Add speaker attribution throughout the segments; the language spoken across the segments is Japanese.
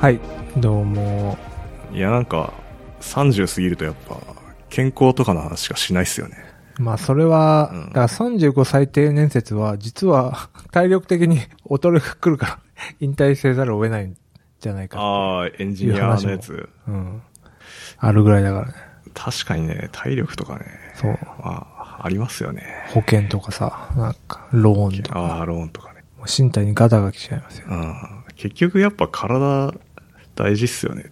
Speaker 1: はい、どうも。
Speaker 2: いや、なんか、30過ぎるとやっぱ、健康とかの話しかしないっすよね。
Speaker 1: まあ、それは、
Speaker 2: うん
Speaker 1: だから35最低年説は、実は、 体力的に衰えが来るから、 引退せざるを得ないんじゃないか。
Speaker 2: ああ、エンジニアのやつ。
Speaker 1: うん。あるぐらいだからね。
Speaker 2: 確かにね、体力とかね、
Speaker 1: そう。
Speaker 2: まあ、ありますよね。
Speaker 1: 保険とかさ、なんか、ローンとか。
Speaker 2: ああ、ローンとかね。
Speaker 1: もう身体にガタが来ちゃいますよ。
Speaker 2: うん。結局やっぱ体、大事っすよね。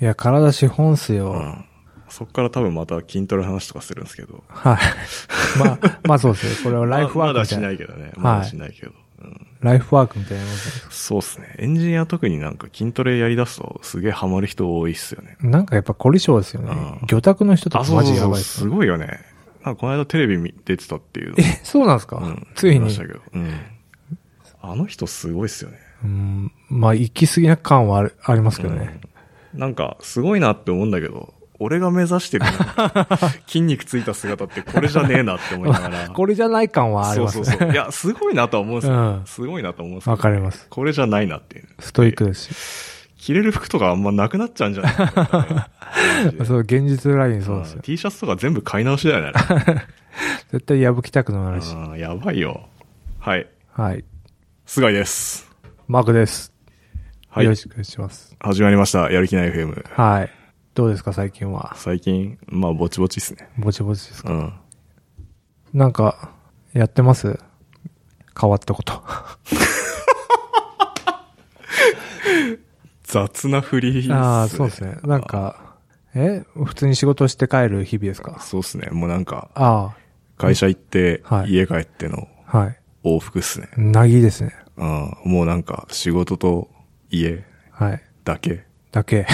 Speaker 1: いや、体資本っすよ。
Speaker 2: うん。そっから多分また筋トレの話とかするんですけど。
Speaker 1: はい。 まあ、まあそうですね。これはライフワー
Speaker 2: ま
Speaker 1: ク
Speaker 2: だ
Speaker 1: みた
Speaker 2: し
Speaker 1: いな。
Speaker 2: ないけどね。まだしないけど。うん
Speaker 1: ライフワークみたいなもんです
Speaker 2: そうっすね。エンジニア特になんか筋トレやり出すとすげえハマる人多いっすよね。
Speaker 1: なんかやっぱ凝り性ですよね
Speaker 2: う。ん
Speaker 1: 魚拓の人と
Speaker 2: あ、
Speaker 1: か
Speaker 2: そう
Speaker 1: マ
Speaker 2: そ
Speaker 1: ジ
Speaker 2: う
Speaker 1: や
Speaker 2: そ
Speaker 1: ば
Speaker 2: う。
Speaker 1: いっす
Speaker 2: す
Speaker 1: ね。
Speaker 2: ごいよね。なんかこの間テレビ見出てたっていうの。
Speaker 1: え、そうなんですか、
Speaker 2: うん
Speaker 1: つい
Speaker 2: 見ま
Speaker 1: に
Speaker 2: した。けどうん。あの人すごいっすよね。
Speaker 1: うん、まあ行き過ぎな感はあるありますけどね。
Speaker 2: なんかすごいなって思うんだけど、俺が目指してるなん か筋肉ついた姿ってこれじゃねえなって思いながら。
Speaker 1: これじゃない感はあり
Speaker 2: そう
Speaker 1: ます
Speaker 2: そ
Speaker 1: ね。
Speaker 2: うそう。いや、すごいなとは思うんですよ。
Speaker 1: うん
Speaker 2: すごいなと思うんですけ
Speaker 1: わ
Speaker 2: ど、
Speaker 1: かります。
Speaker 2: これじゃないなっていう。
Speaker 1: ストイックですし。
Speaker 2: 着れる服とかあんまなくなっちゃうんじゃないかと思ったねマジ
Speaker 1: そう、現実ラインそうです
Speaker 2: うん
Speaker 1: よ。
Speaker 2: T シャツとか全部買い直しだよね。あ
Speaker 1: 絶対破きたくなる
Speaker 2: れ
Speaker 1: し。
Speaker 2: うんやばいよ。はい。
Speaker 1: はい。
Speaker 2: 菅井です。
Speaker 1: マークです。
Speaker 2: はい
Speaker 1: よろ。しくお願いします。
Speaker 2: 始まりました。やる気ない FM。
Speaker 1: はい。どうですか最近は。
Speaker 2: 最近、まあ、ぼちぼちっすね。
Speaker 1: ぼちぼちですか
Speaker 2: うん。
Speaker 1: なんか、やってます変わったこと。
Speaker 2: 雑なフリーっす、ね。
Speaker 1: ああ、そうですね。なんか、え普通に仕事して帰る日々ですか
Speaker 2: そうっすね。もうなんか、
Speaker 1: あ
Speaker 2: 会社行って
Speaker 1: は、い
Speaker 2: 家帰っての
Speaker 1: あ、はい。
Speaker 2: 往復っすね。
Speaker 1: なぎですね。
Speaker 2: うん。もうなんか、仕事と家
Speaker 1: はい。
Speaker 2: だけ。
Speaker 1: だ け。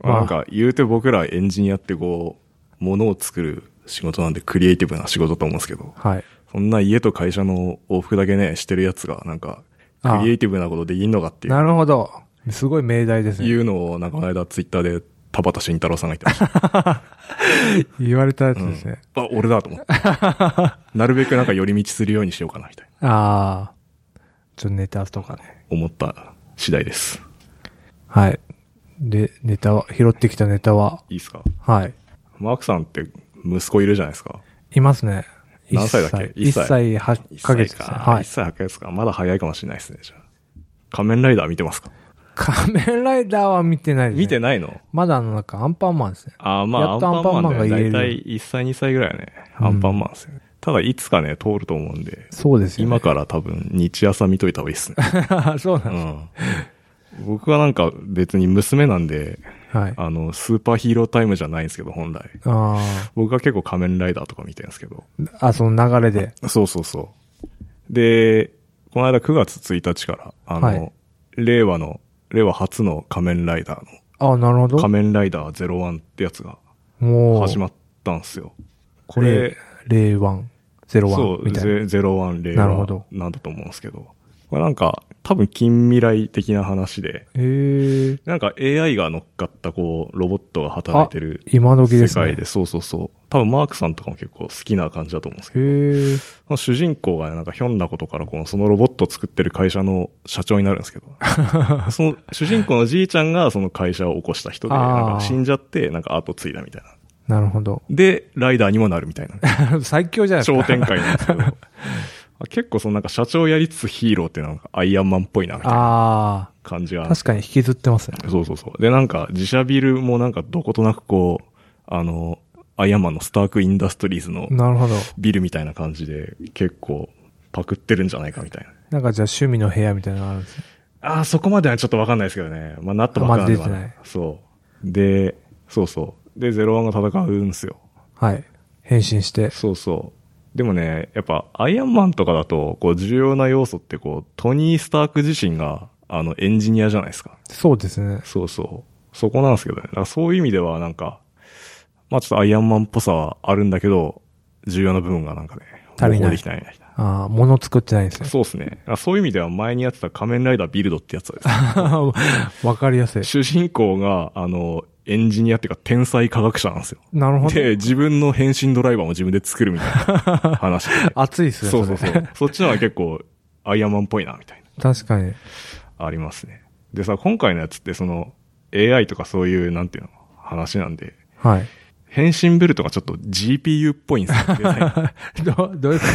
Speaker 2: ま
Speaker 1: まあ
Speaker 2: あ、なんか、言うて僕らエンジニアってこう、ものを作る仕事なんでクリエイティブな仕事と思うんですけど、
Speaker 1: はい。
Speaker 2: そんな家と会社の往復だけね、してるやつが、なんか、ク
Speaker 1: ああ
Speaker 2: リエイティブなことできんのかっていう
Speaker 1: なるほど。すごい命題です
Speaker 2: い
Speaker 1: ね。
Speaker 2: うのを、なんかこの間ツイッターで田畑慎太郎さんが言ってました。
Speaker 1: 言われたやつですね。
Speaker 2: あ、俺だ と思って。なるべくなんか寄り道するようにしようかな、みたいな
Speaker 1: ああ。ちょっとネタとかね。
Speaker 2: 思った次第です。
Speaker 1: はい。で、ネタは、拾ってきたネタは、
Speaker 2: いいですか
Speaker 1: はい。
Speaker 2: マークさんって息子いるじゃないですか。
Speaker 1: いますね。
Speaker 2: 何歳だっけ
Speaker 1: 一
Speaker 2: 一
Speaker 1: 歳 ,1 歳8ヶ月ですね。は
Speaker 2: 1
Speaker 1: い。
Speaker 2: 歳8ヶ月か。まだ早いかもしれないですね、じゃあ。仮面ライダー見てますか
Speaker 1: 仮面ライダーは見てないですね。
Speaker 2: 見てないの
Speaker 1: まだあの、なんかアンパンマンですね。
Speaker 2: あーまあ、
Speaker 1: や
Speaker 2: ア
Speaker 1: っ
Speaker 2: ン
Speaker 1: と
Speaker 2: パンマンだよね。
Speaker 1: アンパンマンが言え
Speaker 2: だ
Speaker 1: る
Speaker 2: いたい1歳、2歳ぐらいはね、アンパンマンですよね。ただ、いつかね、通ると思うんで、
Speaker 1: そうですよ、ね。
Speaker 2: 今から多分、日朝見といた方がいいっす ね。
Speaker 1: ら。そうなん
Speaker 2: う
Speaker 1: で
Speaker 2: ん。僕はなんか別に娘なんで、
Speaker 1: す。はい。
Speaker 2: あの、スーパーヒーロータイムじゃないんですけど、本来。
Speaker 1: あ
Speaker 2: 僕は結構仮面ライダーとか見てるんですけど。
Speaker 1: ーあ、その流れで。
Speaker 2: そうそうそう。で、この間9月1日から、あの、
Speaker 1: はい
Speaker 2: 令和の、令和初の仮面ライダー
Speaker 1: あなるほど
Speaker 2: の、。仮面ライダー01ってやつが
Speaker 1: もう、
Speaker 2: 始まったんですよ。これ、
Speaker 1: 令和、ゼロ
Speaker 2: そ
Speaker 1: ワ
Speaker 2: う、
Speaker 1: みたいな。
Speaker 2: ゼ01令
Speaker 1: なるほ
Speaker 2: 和
Speaker 1: ど
Speaker 2: なんだと思うんですけど。これなんか、多分近未来的な話で、
Speaker 1: えー、
Speaker 2: なんか AI が乗っかったこう、ロボットが働いてる
Speaker 1: 今時で
Speaker 2: 世
Speaker 1: すね。
Speaker 2: 界で、そうそうそう。多分マークさんとかも結構好きな感じだと思うんですけど
Speaker 1: へー
Speaker 2: まあ主人公がね、なんかひょんなことからこの、そのロボットを作ってる会社の社長になるん ですけど、その主人公のじいちゃんがその会社を起こした人で、
Speaker 1: あー
Speaker 2: なんか死んじゃって、なんか後継いだみたいな。
Speaker 1: なるほ ど。
Speaker 2: で、ライダーにもなる みたいな、
Speaker 1: 最強じゃないですか。
Speaker 2: 超展開なんです けど、まあ結構そのなんか社長やりつつヒーローってなんかアイアンマンっぽいな、みたい
Speaker 1: あ
Speaker 2: な感じ
Speaker 1: あ、
Speaker 2: が。
Speaker 1: 確かに引きずってますね。
Speaker 2: そうそうそう。で、なんか自社ビルもなんかどことなくこう、あの、アイアンマンのスタークインダストリーズの
Speaker 1: なるほど。
Speaker 2: ビルみたいな感じで、結構パクってるんじゃないかみたいな。
Speaker 1: なんかじゃあ趣味の部屋みたいなのあるんですね。
Speaker 2: ああ、そこまではちょっとわかんないですけどね。まあ、なったばっかなんで
Speaker 1: まだ出てない
Speaker 2: そう。で、そうそう。で、ゼロワンが戦うんですよ。
Speaker 1: はい。変身して。
Speaker 2: そうそう。でもね、やっぱ、アイアンマンとかだと、こう、重要な要素って、こう、トニー・スターク自身が、あの、エンジニアじゃないですか。
Speaker 1: そうですね。
Speaker 2: そうそう。そこなんですけどね。だからそういう意味では、なんか、まあ、ちょっとアイアンマンっぽさはあるんだけど、重要な部分がなんかね、
Speaker 1: 足りない
Speaker 2: できてないみたいな。
Speaker 1: ああ、物作ってないん ですね。
Speaker 2: そうですね。だからそういう意味では、前にやってた仮面ライダービルドってやつはですね
Speaker 1: わかりやすい。
Speaker 2: 主人公が、あの、エンジニアっていうか天才科学者なんですよ。
Speaker 1: なるほど。
Speaker 2: で、自分の変身ドライバーも自分で作るみたい な話で。
Speaker 1: 熱いっすね。
Speaker 2: そうそう
Speaker 1: れ
Speaker 2: そう。そっちの方が結構、アイアンマンっぽいな、みたい
Speaker 1: 確かに。
Speaker 2: な。ありますね。でさ、今回のやつってその、AI とかそういう、なんていうの、話なんで、
Speaker 1: はい。
Speaker 2: 変身ベルトがちょっと GPU っぽいん ですよデザインが。
Speaker 1: ど、どういうこと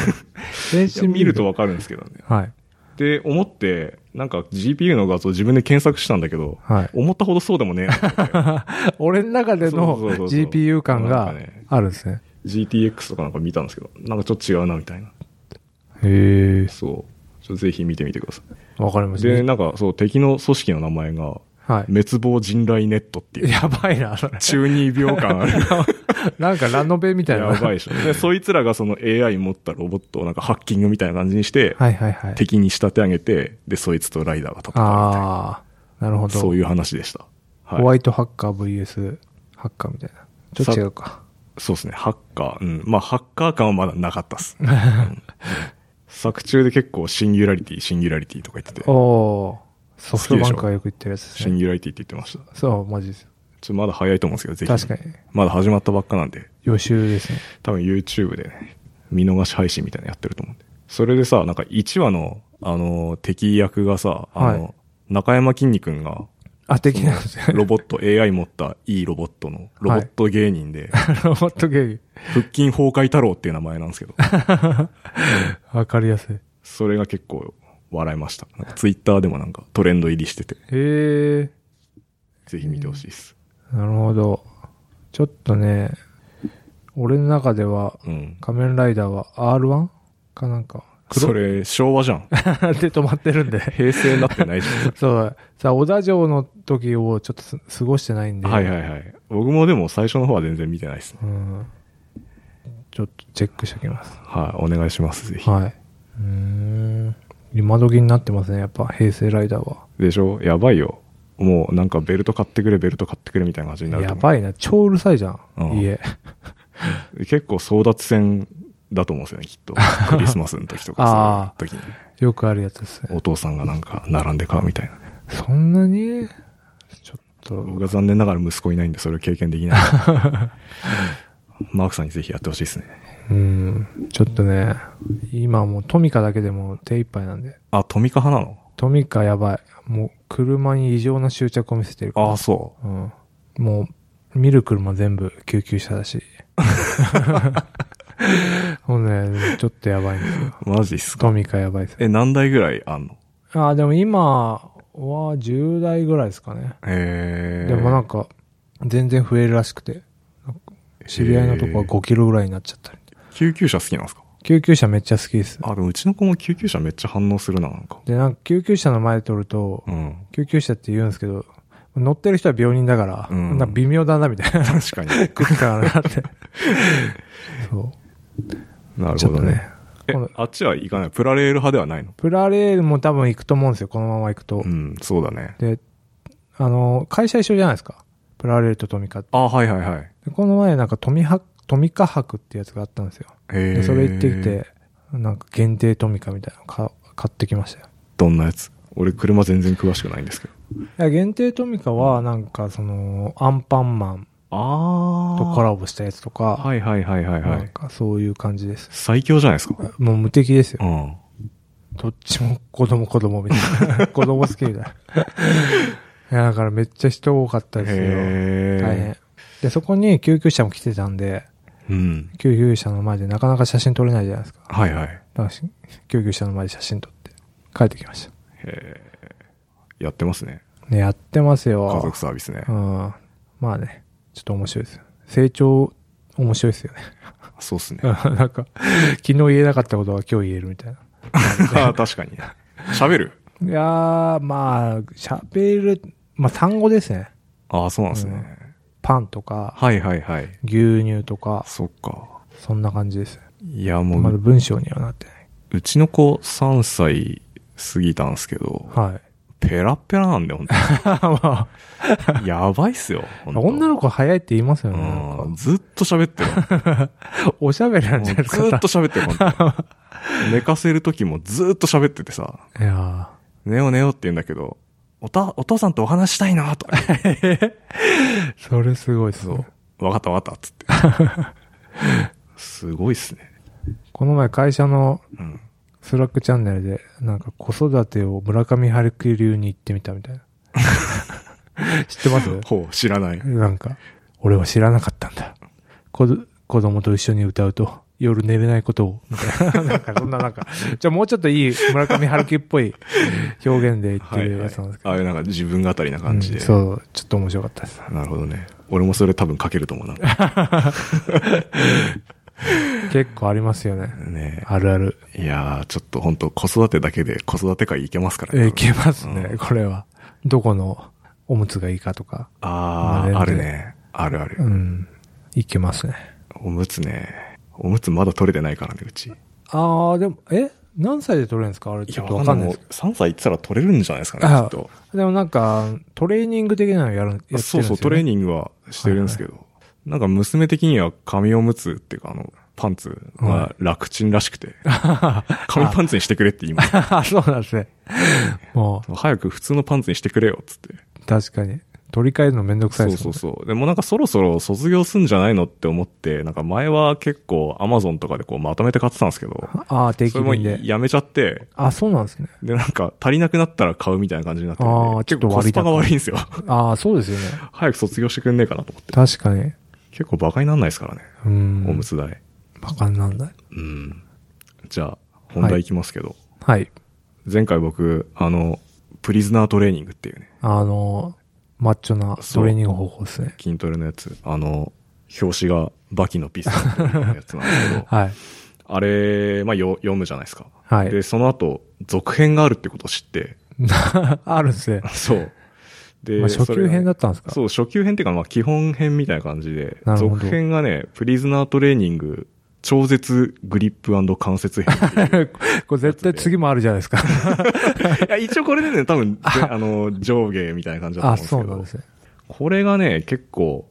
Speaker 1: 全
Speaker 2: いや見ると。わかるんですけどね。
Speaker 1: はい。
Speaker 2: で、思って、なんか GPU の画像自分で検索したんだけど、
Speaker 1: はい
Speaker 2: 思ったほどそうでもねえなと思って。
Speaker 1: 俺の中での
Speaker 2: そうそうそうそう
Speaker 1: GPU 感
Speaker 2: な
Speaker 1: が
Speaker 2: んかね
Speaker 1: あるんですね。
Speaker 2: GTX とかなんか見たんですけど、なんかちょっと違うなみたいな。
Speaker 1: へえ、
Speaker 2: そう。ちょっとぜひ見てみてくださ
Speaker 1: わかりま
Speaker 2: い。
Speaker 1: した
Speaker 2: で、
Speaker 1: ね。
Speaker 2: なんかそう、敵の組織の名前が、
Speaker 1: はい。
Speaker 2: 滅亡人雷ネットっていう、
Speaker 1: やばいな、それ。
Speaker 2: 中二病感ある。
Speaker 1: なんかラノベみたいな。
Speaker 2: やばい
Speaker 1: い。
Speaker 2: でしょ。で、そいつらがその AI 持ったロボットをなんかハッキングみたいな感じにして、
Speaker 1: はいはいはい。
Speaker 2: 敵に仕立て上げて、で、そいつとライダーが戦うみたいな。
Speaker 1: ああ、なるほど。
Speaker 2: そういう話でした。はい
Speaker 1: ホ。ワイトハッカー VS ハッカーみたいな。ちょっと違うか。
Speaker 2: そうですね、ハッカー。うん。まあ、ハッカー感はまだなかった っす。うん作中で結構シンギュラリティ、シンギュラリティとか言ってて
Speaker 1: お、おーソフトバンクがよく言ってるやつです
Speaker 2: シン
Speaker 1: ね。
Speaker 2: ギュラリティって言ってました。ちょ
Speaker 1: そう、マジです。
Speaker 2: っとまだ早いと思うんですけど、ぜひ。
Speaker 1: 確かに。
Speaker 2: まだ始まったばっかなんで、
Speaker 1: 予習ですね。
Speaker 2: 多分 YouTube でね、見逃し配信みたいなのやってると思うんで。それでさ、なんか1話の、あの、敵役がさ、あの、
Speaker 1: はい
Speaker 2: 中山きんに君が、
Speaker 1: あ、できないですね。
Speaker 2: ロボッ ト、AI 持ったいいロボットの、ロボット芸人で、
Speaker 1: ロボットゲーム。
Speaker 2: 腹筋崩壊太郎っていう名前なんですけど、
Speaker 1: わかりやすい。へ
Speaker 2: それが結構笑いました。ツイッターでもなんかトレンド入りしてて、
Speaker 1: え。
Speaker 2: ぜひ見てほしいです。
Speaker 1: なるほど。ちょっとね、俺の中では、
Speaker 2: うん。
Speaker 1: 仮面ライダーは R1? かなんか。
Speaker 2: それ、昭和じゃん。
Speaker 1: で止まってるんで。
Speaker 2: 平成になって ないじゃ
Speaker 1: そう。さあ、小田城の時をちょっとす過ごしてないんで。
Speaker 2: ん。はいはいはい。僕もでも最初の方は全然見てないですね。
Speaker 1: うん。ちょっとチェックしておきます。
Speaker 2: はい、お願いします、ぜひ。
Speaker 1: はい。うーん。今時になってますね、やっぱ、平成ライダーは。
Speaker 2: でしょやばいよ。もうなんかベルト買ってくれ、ベルト買ってくれみたいな感じになると
Speaker 1: や
Speaker 2: 思う。
Speaker 1: ばいな、超うるさいじゃん、
Speaker 2: うん
Speaker 1: 家。
Speaker 2: 結構争奪戦だと思うんですよね、きっ と。クリスマスの時とか
Speaker 1: あ
Speaker 2: そういう時に。
Speaker 1: よくあるやつですね。
Speaker 2: お父さんがなんか並んで買うみたいな。
Speaker 1: そんなにちょっと、
Speaker 2: 僕は残念ながら息子いないんでそれを経験できない。マークさんにぜひやってほしいですね。
Speaker 1: うん、ちょっとね、今もうトミカだけでも手一杯なんで。
Speaker 2: あ、トミカ派なの
Speaker 1: トミカやばい。もう車に異常な執着を見せてるから。
Speaker 2: ああ、そ
Speaker 1: うん。もう、見る車全部救急車だ し。もうね、ちょっとやばいんですよ。
Speaker 2: う。マジっすか。
Speaker 1: トミカやばいですね。
Speaker 2: え、何台ぐらいあんの
Speaker 1: ああ、でも今は10代ぐらいですかね。
Speaker 2: え
Speaker 1: で
Speaker 2: ー。
Speaker 1: もなんか、全然増えるらしくて。知り合いのとこは
Speaker 2: えー
Speaker 1: 5キロぐらいになっちゃったり。
Speaker 2: 救急車好きなんですか
Speaker 1: 救急車めっちゃ好きです。
Speaker 2: あ、でもうちの子も救急車めっちゃ反応するな、なんか。
Speaker 1: で、なんか救急車の前撮ると、
Speaker 2: うん。
Speaker 1: 救急車って言うんですけど、乗ってる人は病人だから、
Speaker 2: うん
Speaker 1: なんか微妙だなみたい な
Speaker 2: 確かに。
Speaker 1: 空気感がな って。そ
Speaker 2: な
Speaker 1: う。
Speaker 2: る
Speaker 1: ちょ
Speaker 2: ほ
Speaker 1: っと
Speaker 2: どね
Speaker 1: ね。。
Speaker 2: え
Speaker 1: この、
Speaker 2: あっちは行かない。プラレール派ではないの
Speaker 1: プラレールも多分行くと思うんですよ、このまま行くと。
Speaker 2: うん、そうだね。
Speaker 1: で、あの、会社一緒じゃないですか。プラレールとトミカって。
Speaker 2: あ、はいはいはい。
Speaker 1: でこの前なんかトミハ、トミカ博ってやつがあったんですよ。
Speaker 2: へ
Speaker 1: で
Speaker 2: え。
Speaker 1: それ行ってき。て、なんか限定トミカみたいなのか買ってきましたよ。
Speaker 2: どんなやつ俺車全然詳しくないんですけど。
Speaker 1: いや限定トミカはなんかその、アンパンマン
Speaker 2: あ
Speaker 1: とコラボしたやつとか、
Speaker 2: はいはいはいはいは
Speaker 1: なん
Speaker 2: い。
Speaker 1: かそういう感じです。
Speaker 2: 最強じゃないですか。
Speaker 1: もう無敵ですよ。
Speaker 2: うん。
Speaker 1: どっちも子供子供みたいな。 子供好きみたいな。いや、だからめっちゃ人多かったですよ。
Speaker 2: へ
Speaker 1: 大変。で、そこに救急車も来てたんで、
Speaker 2: え。うん。
Speaker 1: 救急車の前でなかなか写真撮れないじゃないですか。
Speaker 2: はいはい。へ
Speaker 1: だからし救急車の前で写真撮って帰ってきました。
Speaker 2: え。やってますね。
Speaker 1: ね、やってますよ。
Speaker 2: 家族サービスね
Speaker 1: う。ん。まあね、ちょっと面白いですよ。成長、面白いですよね。
Speaker 2: そうっすね。
Speaker 1: なんか、昨日言えなかったことは今日言えるみたいな。
Speaker 2: あー 確かに。喋る
Speaker 1: いやー、まあ、喋る、まあ単語ですね。
Speaker 2: ああ、そうなんですね。
Speaker 1: うんパンとか、
Speaker 2: はいはいはい。
Speaker 1: 牛乳とか、
Speaker 2: そっか。
Speaker 1: そんな感じです。
Speaker 2: いや、もう、
Speaker 1: まだ文章にはなってない。
Speaker 2: うちの子3歳過ぎたんすけど、
Speaker 1: はい。
Speaker 2: ペラッペラなんだよ、本
Speaker 1: ま
Speaker 2: 当にやばいっすよ、
Speaker 1: あ、
Speaker 2: 本当
Speaker 1: 女の子早いって言いますよね。なん
Speaker 2: うん
Speaker 1: か
Speaker 2: ずっと喋ってる。
Speaker 1: おしゃべりなん
Speaker 2: ず
Speaker 1: じゃない
Speaker 2: っ
Speaker 1: ですか。
Speaker 2: と喋ってる、本当に寝かせる時もずっと喋っててさ、
Speaker 1: いや
Speaker 2: 寝よう寝ようって言うんだけど、おた、お父さんとお話したいな、と か。
Speaker 1: それすごいです
Speaker 2: そ
Speaker 1: ね
Speaker 2: う。わかったわかった、つって。すごいっすね。
Speaker 1: この前会社の
Speaker 2: うん。
Speaker 1: スラックチャンネルで、なんか子育てを村上春樹流に行ってみたみたい な。知ってます
Speaker 2: ほう、知らない。
Speaker 1: なんか、俺は知らなかったんだ。子ど子供と一緒に歌うと、夜寝れないことを、みたいな。 なんか、そんななんか、じゃあもうちょっといい村上春樹っぽい表現で言って
Speaker 2: はい、
Speaker 1: る
Speaker 2: は
Speaker 1: や
Speaker 2: い
Speaker 1: つなんです。けど。
Speaker 2: ああいうなんか自分語りな感じで。
Speaker 1: うんそう、ちょっと面白かった です。
Speaker 2: なるほどね。俺もそれ多分書けると思うな。
Speaker 1: 結構ありますよね。
Speaker 2: ね
Speaker 1: あるある。
Speaker 2: いやー、ちょっと本当子育てだけで子育て会いけますから
Speaker 1: え、
Speaker 2: ね。
Speaker 1: いけます
Speaker 2: う
Speaker 1: ね、
Speaker 2: ん
Speaker 1: これは。どこのおむつがいいかとか。まあ全
Speaker 2: あー、
Speaker 1: 然
Speaker 2: あるね。あるあ
Speaker 1: う
Speaker 2: る。
Speaker 1: ん。いけますね。
Speaker 2: おむつね。おむつまだ取れてないからね、うち。
Speaker 1: ああでも、え何歳で取れるんですかあれ
Speaker 2: い
Speaker 1: ち
Speaker 2: や、
Speaker 1: ょっと
Speaker 2: わ
Speaker 1: わ
Speaker 2: か
Speaker 1: かん
Speaker 2: んな
Speaker 1: ないい
Speaker 2: も
Speaker 1: で
Speaker 2: う
Speaker 1: すけ
Speaker 2: 3歳行ってたら取れるんじゃないですかね、
Speaker 1: あ
Speaker 2: きっと。
Speaker 1: ど。でもなんか、トレーニング的なのやる、やってるんです
Speaker 2: そ
Speaker 1: よ、
Speaker 2: う
Speaker 1: ね。
Speaker 2: そう、トレーニングはしてるんですけど。なんか娘的には紙おむつっていうか、あの、パンツ
Speaker 1: は
Speaker 2: は楽ちんら しくて、紙パンツにしてくれって言います。
Speaker 1: あそうなんですね。も
Speaker 2: 早く普通のパンツにしてくれよ、つって。
Speaker 1: う、確かに。取り替えるのめんどくさい
Speaker 2: そ
Speaker 1: で
Speaker 2: う
Speaker 1: す
Speaker 2: そ
Speaker 1: もん
Speaker 2: うそう。でもなんかそろそろ卒業すんじゃないのって思って、なんか前は結構 Amazon とかでこうまとめて買ってたんですけど、
Speaker 1: ああ、定期
Speaker 2: それも
Speaker 1: 便で。
Speaker 2: やめちゃって、
Speaker 1: あ、そうなんですね。
Speaker 2: でなんか足りなくなったら買うみたいな感じになってて
Speaker 1: あーちょっ
Speaker 2: 結
Speaker 1: と
Speaker 2: 構コ
Speaker 1: 割
Speaker 2: スパ
Speaker 1: 高
Speaker 2: が悪いんですよ。
Speaker 1: ああ、そうですよね。
Speaker 2: 早く卒業してくんねえかなと思って。
Speaker 1: 確かに。
Speaker 2: 結構バカになんないですからね、
Speaker 1: うん。
Speaker 2: おむ。つ代。
Speaker 1: バカになんない。
Speaker 2: うん。じゃあ、本題いきますけど、
Speaker 1: はい。
Speaker 2: 前回僕、あの、プリズナートレーニングっていうね、
Speaker 1: あの、マッチョなトレーニング方法ですね。
Speaker 2: 筋トレのやつ、あの、表紙がバキのピストルのやつなんです けど、
Speaker 1: はい。
Speaker 2: あれ、まあ、よ読むじゃないですか。
Speaker 1: はい。
Speaker 2: で、その後、続編があるってことを知って、
Speaker 1: あるんですね。
Speaker 2: そう。で、
Speaker 1: まあ、初
Speaker 2: それ
Speaker 1: 級
Speaker 2: がね
Speaker 1: 編だったんですか
Speaker 2: そう、初級編っていうか、まあ、基本編みたいな感じで
Speaker 1: な、るほど
Speaker 2: 続編がね、プリズナートレーニング、超絶グリップ関 節編っていう
Speaker 1: これ絶対次もあるじゃないですか。
Speaker 2: いや、一応これでね、多 分、であの、上下みたいな感じだ
Speaker 1: あ、
Speaker 2: と
Speaker 1: そ
Speaker 2: 思
Speaker 1: うな
Speaker 2: うん
Speaker 1: んで
Speaker 2: で
Speaker 1: す
Speaker 2: け
Speaker 1: すね。
Speaker 2: ど、これがね、結構、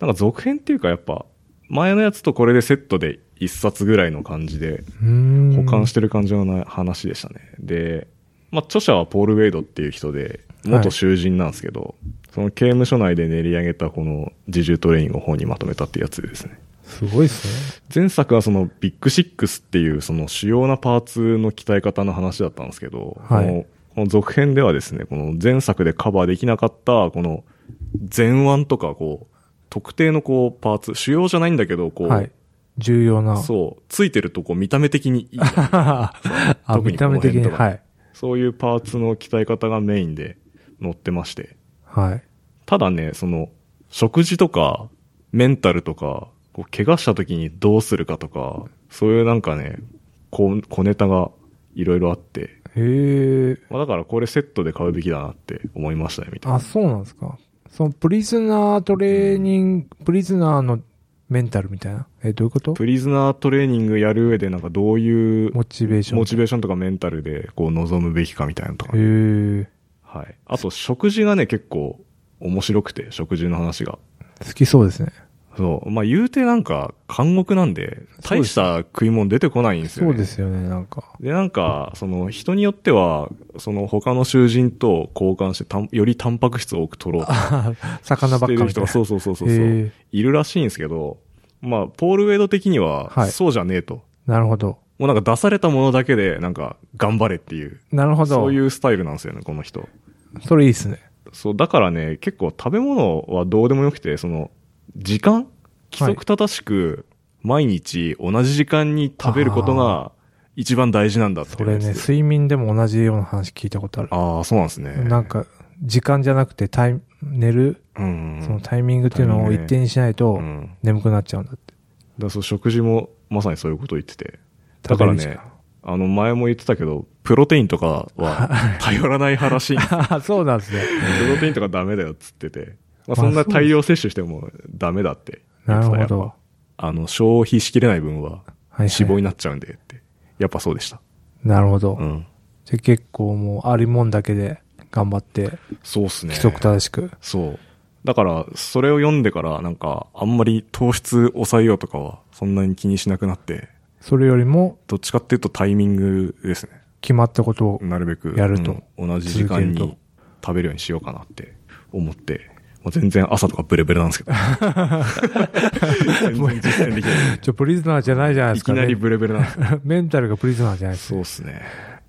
Speaker 2: なんか続編っていうか、やっぱ、前のやつとこれでセットで一冊ぐらいの感じで、
Speaker 1: うーん。。
Speaker 2: 保管しててる感じのな話でしたね。で、まあ、著者はポール・ウェイドっていう人で、元囚人なんですけど、その刑務所内で練り上げたこの自重トレーニングを本にまとめたっていうやつですね。
Speaker 1: すごいですね。
Speaker 2: 前作はそのビッグシックスっていうその主要なパーツの鍛え方の話だったんですけど、
Speaker 1: はい
Speaker 2: このこの続編ではですね、この前作でカバーできなかった、この前腕とかこう、特定のこうパーツ、主要じゃないんだけど、こう、
Speaker 1: はい。重要な。
Speaker 2: そう、ついてるとこう見た目的にい い。
Speaker 1: あ、
Speaker 2: 特
Speaker 1: 見
Speaker 2: に
Speaker 1: た
Speaker 2: この
Speaker 1: 目的
Speaker 2: 辺
Speaker 1: に。
Speaker 2: とか
Speaker 1: はい。
Speaker 2: そういうパーツの鍛え方がメインで載ってまして。
Speaker 1: はい。
Speaker 2: ただね、その、食事とか、メンタルとか、こう怪我した時にどうするかとか、そういうなんかね、こう小ネタがいろいろあって、
Speaker 1: へえ。
Speaker 2: まあ、だからこれセットで買うべきだなって思いましたね、みたいな。
Speaker 1: あ、そうなんですか。そのプリズナートレーニング、プリズナーのメンタルみたいな。え、どういうこと
Speaker 2: プリズナートレーニングやる上でなんかどういう
Speaker 1: モチベーション。
Speaker 2: モチベーションとかメンタルでこう望むべきかみたいなのとか
Speaker 1: へ
Speaker 2: ね、
Speaker 1: え。
Speaker 2: はい。あと食事がね、結構面白くて、食事の話が。
Speaker 1: 好きそうですね。
Speaker 2: そう。まあ、言うてなんか、監獄なんで、
Speaker 1: そうです
Speaker 2: 大した食い物出てこないんですよ、ね。
Speaker 1: そうですよね、なんか。
Speaker 2: で、なんか、その、人によっては、その、他の囚人と交換してたん、よりタンパク質を多く取ろうと
Speaker 1: 魚ばってかみた
Speaker 2: しる人
Speaker 1: い
Speaker 2: が、
Speaker 1: な。
Speaker 2: そうそうそうそうそう、
Speaker 1: へえ
Speaker 2: いるらしいんですけど、まあ、ポール・ウェイド的には、
Speaker 1: はい
Speaker 2: そうじゃねえと。
Speaker 1: なるほど。
Speaker 2: もうなんか出されたものだけで、なんか、頑張れっていう、
Speaker 1: なるほど。。
Speaker 2: そういううスタイルなんですよね、この人。
Speaker 1: それいいですね。
Speaker 2: そう、だからね、結構食べ物はどうでもよくて、その、時間規則正しく、毎日同じ時間に食べることが一番大事なんだって
Speaker 1: そ
Speaker 2: 言う
Speaker 1: れ
Speaker 2: ん
Speaker 1: ね、
Speaker 2: ですよ。
Speaker 1: 睡眠でも同じような話聞いたことある。
Speaker 2: ああ、そうなんですね。
Speaker 1: なんか、時間じゃなくてタイム、寝る、
Speaker 2: うん。
Speaker 1: そのタイミングっていうのを一定にしないと
Speaker 2: う、ん。だか
Speaker 1: 眠くなっちゃうんだって。
Speaker 2: らそう、食事もまさにそういうこと言ってて。だから
Speaker 1: 食べる
Speaker 2: ね、あの、前も言ってたけど、プロテインとかは頼らない派ら しい。プ
Speaker 1: 時間。そうなんですね。
Speaker 2: ロテインとかダメだよっつってて。ま
Speaker 1: ま
Speaker 2: あ、
Speaker 1: あ
Speaker 2: そんな大量摂取してもダメだって言
Speaker 1: なる
Speaker 2: ってた。
Speaker 1: ほ
Speaker 2: やっぱ
Speaker 1: ど。
Speaker 2: あの、消費しきれない分は
Speaker 1: はい、
Speaker 2: 脂肪
Speaker 1: はい。
Speaker 2: になっちゃうんでって。やっぱそうでした。
Speaker 1: なるほど。
Speaker 2: うん。
Speaker 1: じゃあ結構もう、ありもんだけで頑張って、
Speaker 2: そうっすね。
Speaker 1: 規則正しく。
Speaker 2: そう。だから、それを読んでから、なんか、あんまり糖質抑えようとかは、そんなに気にしなくなって、
Speaker 1: それよりも、
Speaker 2: どっちかっていうとタイミングですね。
Speaker 1: 決まったことを。
Speaker 2: なるべく。
Speaker 1: やると
Speaker 2: うん同じ時
Speaker 1: 続
Speaker 2: 間
Speaker 1: ける
Speaker 2: に食べるようにしようかなって思って、もう全然朝とかブレブレなんですけど。 全然実践できない。
Speaker 1: ちょ、プリズナーじゃないじゃないで
Speaker 2: い
Speaker 1: すか、
Speaker 2: き
Speaker 1: ね。
Speaker 2: なりブレブレなんです
Speaker 1: メンタ ルがプリズナーじゃないです。
Speaker 2: そうっすね。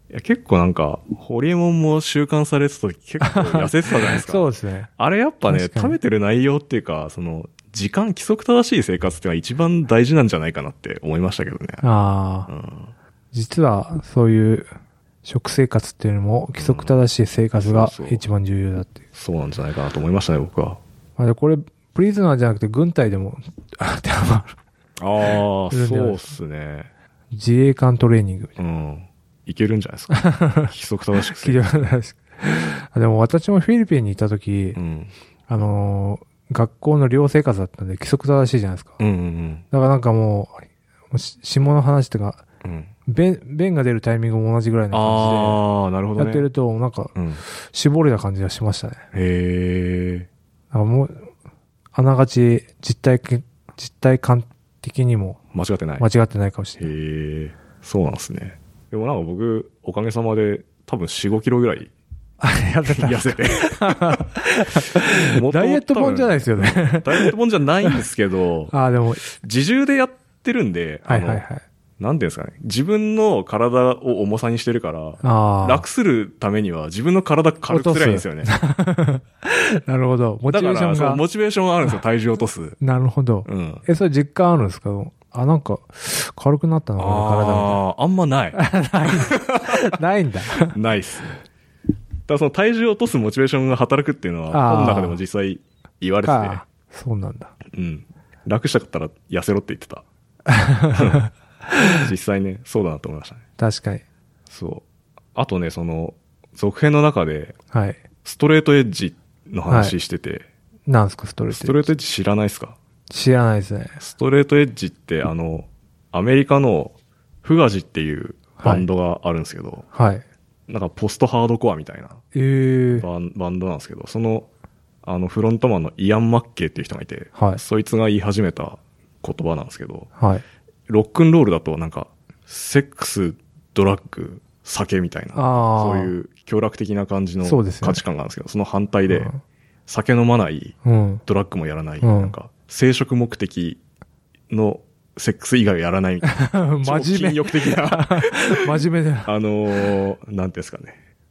Speaker 2: いや、結構なんか、ホリエモンも習慣されてた時結構痩せてたじゃないですか。
Speaker 1: そうですね。
Speaker 2: あれやっぱね、
Speaker 1: 確かに
Speaker 2: 食べてる内容っていうか、その、時間規則正しい生活っていうのは一番大事なんじゃないかなって思いましたけどね。
Speaker 1: あ
Speaker 2: う
Speaker 1: あ、
Speaker 2: ん。
Speaker 1: 実はそういう食生活っていうのも規則正しい生活が
Speaker 2: そうそう
Speaker 1: 一番重要だっていう。
Speaker 2: そうなんじゃないかなと思いましたね、僕は。
Speaker 1: まあ、でこれ、プリズナーじゃなくて軍隊でも 当てはまる。
Speaker 2: ああ、
Speaker 1: うん
Speaker 2: そうっすね。
Speaker 1: 自衛官トレーニングみたい
Speaker 2: うん。いけるんじゃないですか。 規則正しく
Speaker 1: な。聞いたことないです あでも私もフィリピンにいたとき、
Speaker 2: うん。
Speaker 1: あのー学校の寮生活だったんで規則正しいじゃないですか。
Speaker 2: うんうん
Speaker 1: だからなんかもう、もうし下の話とか、
Speaker 2: うん。うん。
Speaker 1: 便、便が出るタイミングも同じぐらいの
Speaker 2: ああ、なるほ
Speaker 1: 感じで、や
Speaker 2: どね。
Speaker 1: ってると、なんか、
Speaker 2: うん。へ
Speaker 1: 絞れた感じがしましたね。
Speaker 2: え。
Speaker 1: あもう、あながち実体け、実体感的にも
Speaker 2: 間違ってない。
Speaker 1: 間違ってないかもしれない。
Speaker 2: へえ。そうなんですね。でもなんか僕、おかげさまで多分4、5キロぐらい
Speaker 1: やってた
Speaker 2: 痩せて。
Speaker 1: ダイエット本じゃない
Speaker 2: い
Speaker 1: ですよね。
Speaker 2: ダイエット本じゃないんですけど、
Speaker 1: ああ、でも、
Speaker 2: 自重でやってるんで、
Speaker 1: は
Speaker 2: あ
Speaker 1: い
Speaker 2: の、
Speaker 1: はいはい。
Speaker 2: なんていうんですかね、自分の体を重さにしてるから、
Speaker 1: ああ。
Speaker 2: 楽するためには自分の体軽くすりゃいいんですよね。
Speaker 1: なるほど。モチ
Speaker 2: だ
Speaker 1: ベ
Speaker 2: か
Speaker 1: ーショ
Speaker 2: ら、そう、
Speaker 1: ンが。
Speaker 2: モチベーションはあ るんですよ、体重落とす。
Speaker 1: なるほど。
Speaker 2: うん。
Speaker 1: え、それ実感あるんですかあ、なんか、軽くなったな、この体
Speaker 2: ああ、あんまない。
Speaker 1: みたいな。ないんだ。
Speaker 2: ないっすね。だからその体重を落とすモチベーションが働くっていうのは、
Speaker 1: あー
Speaker 2: 本の中でも実際言われて
Speaker 1: か。そうなんだ。
Speaker 2: て、うん。楽したかったら痩せろって言 ってた。実際ね、そうだなと思いましたね。
Speaker 1: 確かに。
Speaker 2: そう。あとね、その、続編の中で、
Speaker 1: はい。
Speaker 2: ストレートエッジの話してて、
Speaker 1: なんすか、ストレート。
Speaker 2: ストレートエッジ知らないですか
Speaker 1: 知らないですね。
Speaker 2: ストレートエッジって、あの、アメリカのフガジっていうバンドがあるんですけど、
Speaker 1: はい。
Speaker 2: なんかポストハードコアみたいな
Speaker 1: ええ
Speaker 2: バンバンドなんですけど、その、あの、フロントマンのイアン・マッケイっていう人がいて、
Speaker 1: はい
Speaker 2: そいつが言い始めた言葉なんですけど、
Speaker 1: はい。
Speaker 2: ロックンロールだとなんか、セックス、ドラッグ、酒みたいな、
Speaker 1: あー
Speaker 2: そういう協力的な感じの
Speaker 1: そうですよね
Speaker 2: 価値観があるんですけど、その反対で、
Speaker 1: うん
Speaker 2: 酒飲まない、
Speaker 1: うん。
Speaker 2: ドラッグもやらない、
Speaker 1: うん。
Speaker 2: なんか、生殖目的のセックス以外はやらないみたいな 超
Speaker 1: 真
Speaker 2: 禁
Speaker 1: 面目。
Speaker 2: 欲的な、
Speaker 1: 真面目だ。
Speaker 2: あのーなんていうんですかね、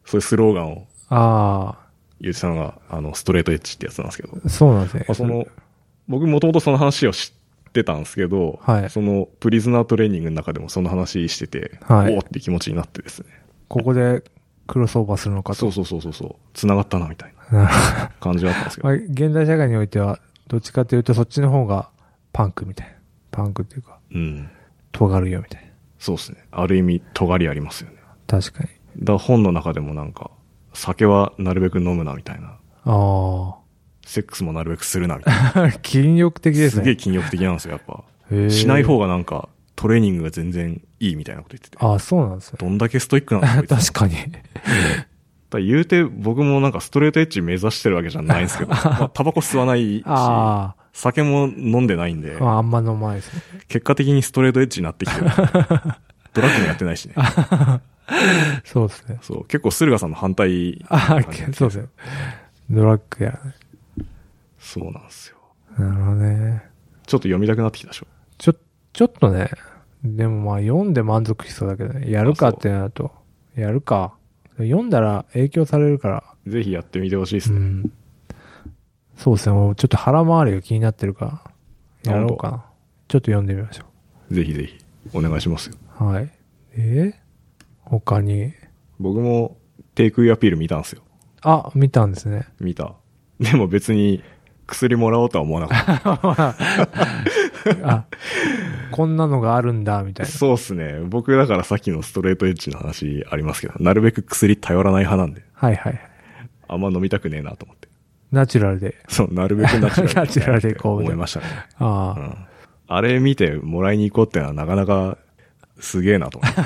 Speaker 2: そういうスローガンを
Speaker 1: あ
Speaker 2: 言ってたのが、あの、ストレートエッジってやつなんですけど、ま
Speaker 1: あ、そうなんですね。
Speaker 2: あ、その、僕もともとその話を知ってたんですけど、
Speaker 1: はい
Speaker 2: その、プリズナートレーニングの中でもその話してて、
Speaker 1: はい
Speaker 2: おおって気持ちになってですね。
Speaker 1: ここでクロスオーバーするのか
Speaker 2: そ
Speaker 1: と。
Speaker 2: うそうそうそうそう、繋がったな、みたいな
Speaker 1: なる
Speaker 2: 感じだったんですけ
Speaker 1: ほど
Speaker 2: ど。
Speaker 1: まあ、現代社会においては、どっちかというとそっちの方がパンクみたいな。パンクっていうか、
Speaker 2: うん。
Speaker 1: 尖るよみたいな。
Speaker 2: そうですね。ある意味、尖りありますよね。
Speaker 1: 確かに。
Speaker 2: だから本の中でもなんか、酒はなるべく飲むな、みたいな。
Speaker 1: あ
Speaker 2: セックスもなるべくするな、みたいな。
Speaker 1: あ。 禁欲的です
Speaker 2: すげえ
Speaker 1: ね。
Speaker 2: 禁欲的なんですよ、やっぱ。
Speaker 1: へえ
Speaker 2: しない方がなんか、トレーニングが全然いいみたいなこと言ってて。
Speaker 1: ああ、そうなんですね。
Speaker 2: どんだけストイックなん だこいつだ
Speaker 1: 確 かに。
Speaker 2: から言うて、僕もなんかストレートエッジ目指してるわけじゃないんですけど、まあタバコ吸わないし、
Speaker 1: あ
Speaker 2: 酒も飲んでないんで
Speaker 1: あ、、まあ、あんま飲まないですね。
Speaker 2: 結果的にストレートエッジに なってきてる。ドラッグもやってないしね。
Speaker 1: そうですね。
Speaker 2: そう、結構駿河さんの反対。
Speaker 1: ああ、そうですね。ドラッグや
Speaker 2: そうなんですよ。
Speaker 1: らない。なるほどね。
Speaker 2: ちょっと読みたくなってきたでしょ。
Speaker 1: ちょ、ちょっとね、でもまあ読んで満足しそうだけどね、やるかってなると、やるか。読んだら影響されるから、
Speaker 2: ぜひやってみてほしいです
Speaker 1: う
Speaker 2: ね。
Speaker 1: ん。そうですね、もうちょっと腹回りが気になってるから、やろうかな。ちょっと読んでみましょ
Speaker 2: ぜひぜひ、お願いしますよ。
Speaker 1: う。はい。え他に、
Speaker 2: 僕も、テイクイアピール見たんですよ。
Speaker 1: あ、見たんです ね。
Speaker 2: 見た。でも別に、薬もらおうとは思わなかっ
Speaker 1: あ、こんなのがあるんだ、みた
Speaker 2: た。
Speaker 1: い
Speaker 2: そうっすね。僕だからさっきのストレートエッジの話ありますけど、なるべく薬頼らない派なんで、
Speaker 1: な。はいはいはい。
Speaker 2: あんま飲みたくねえなと思って。
Speaker 1: ナチュラルで。
Speaker 2: そう、なるべくナチュラル
Speaker 1: ナチュラルでこう
Speaker 2: 思いましたね。う
Speaker 1: あ
Speaker 2: ん。あれ見てもらいに行こうってのはなかなか、すげえなと思って。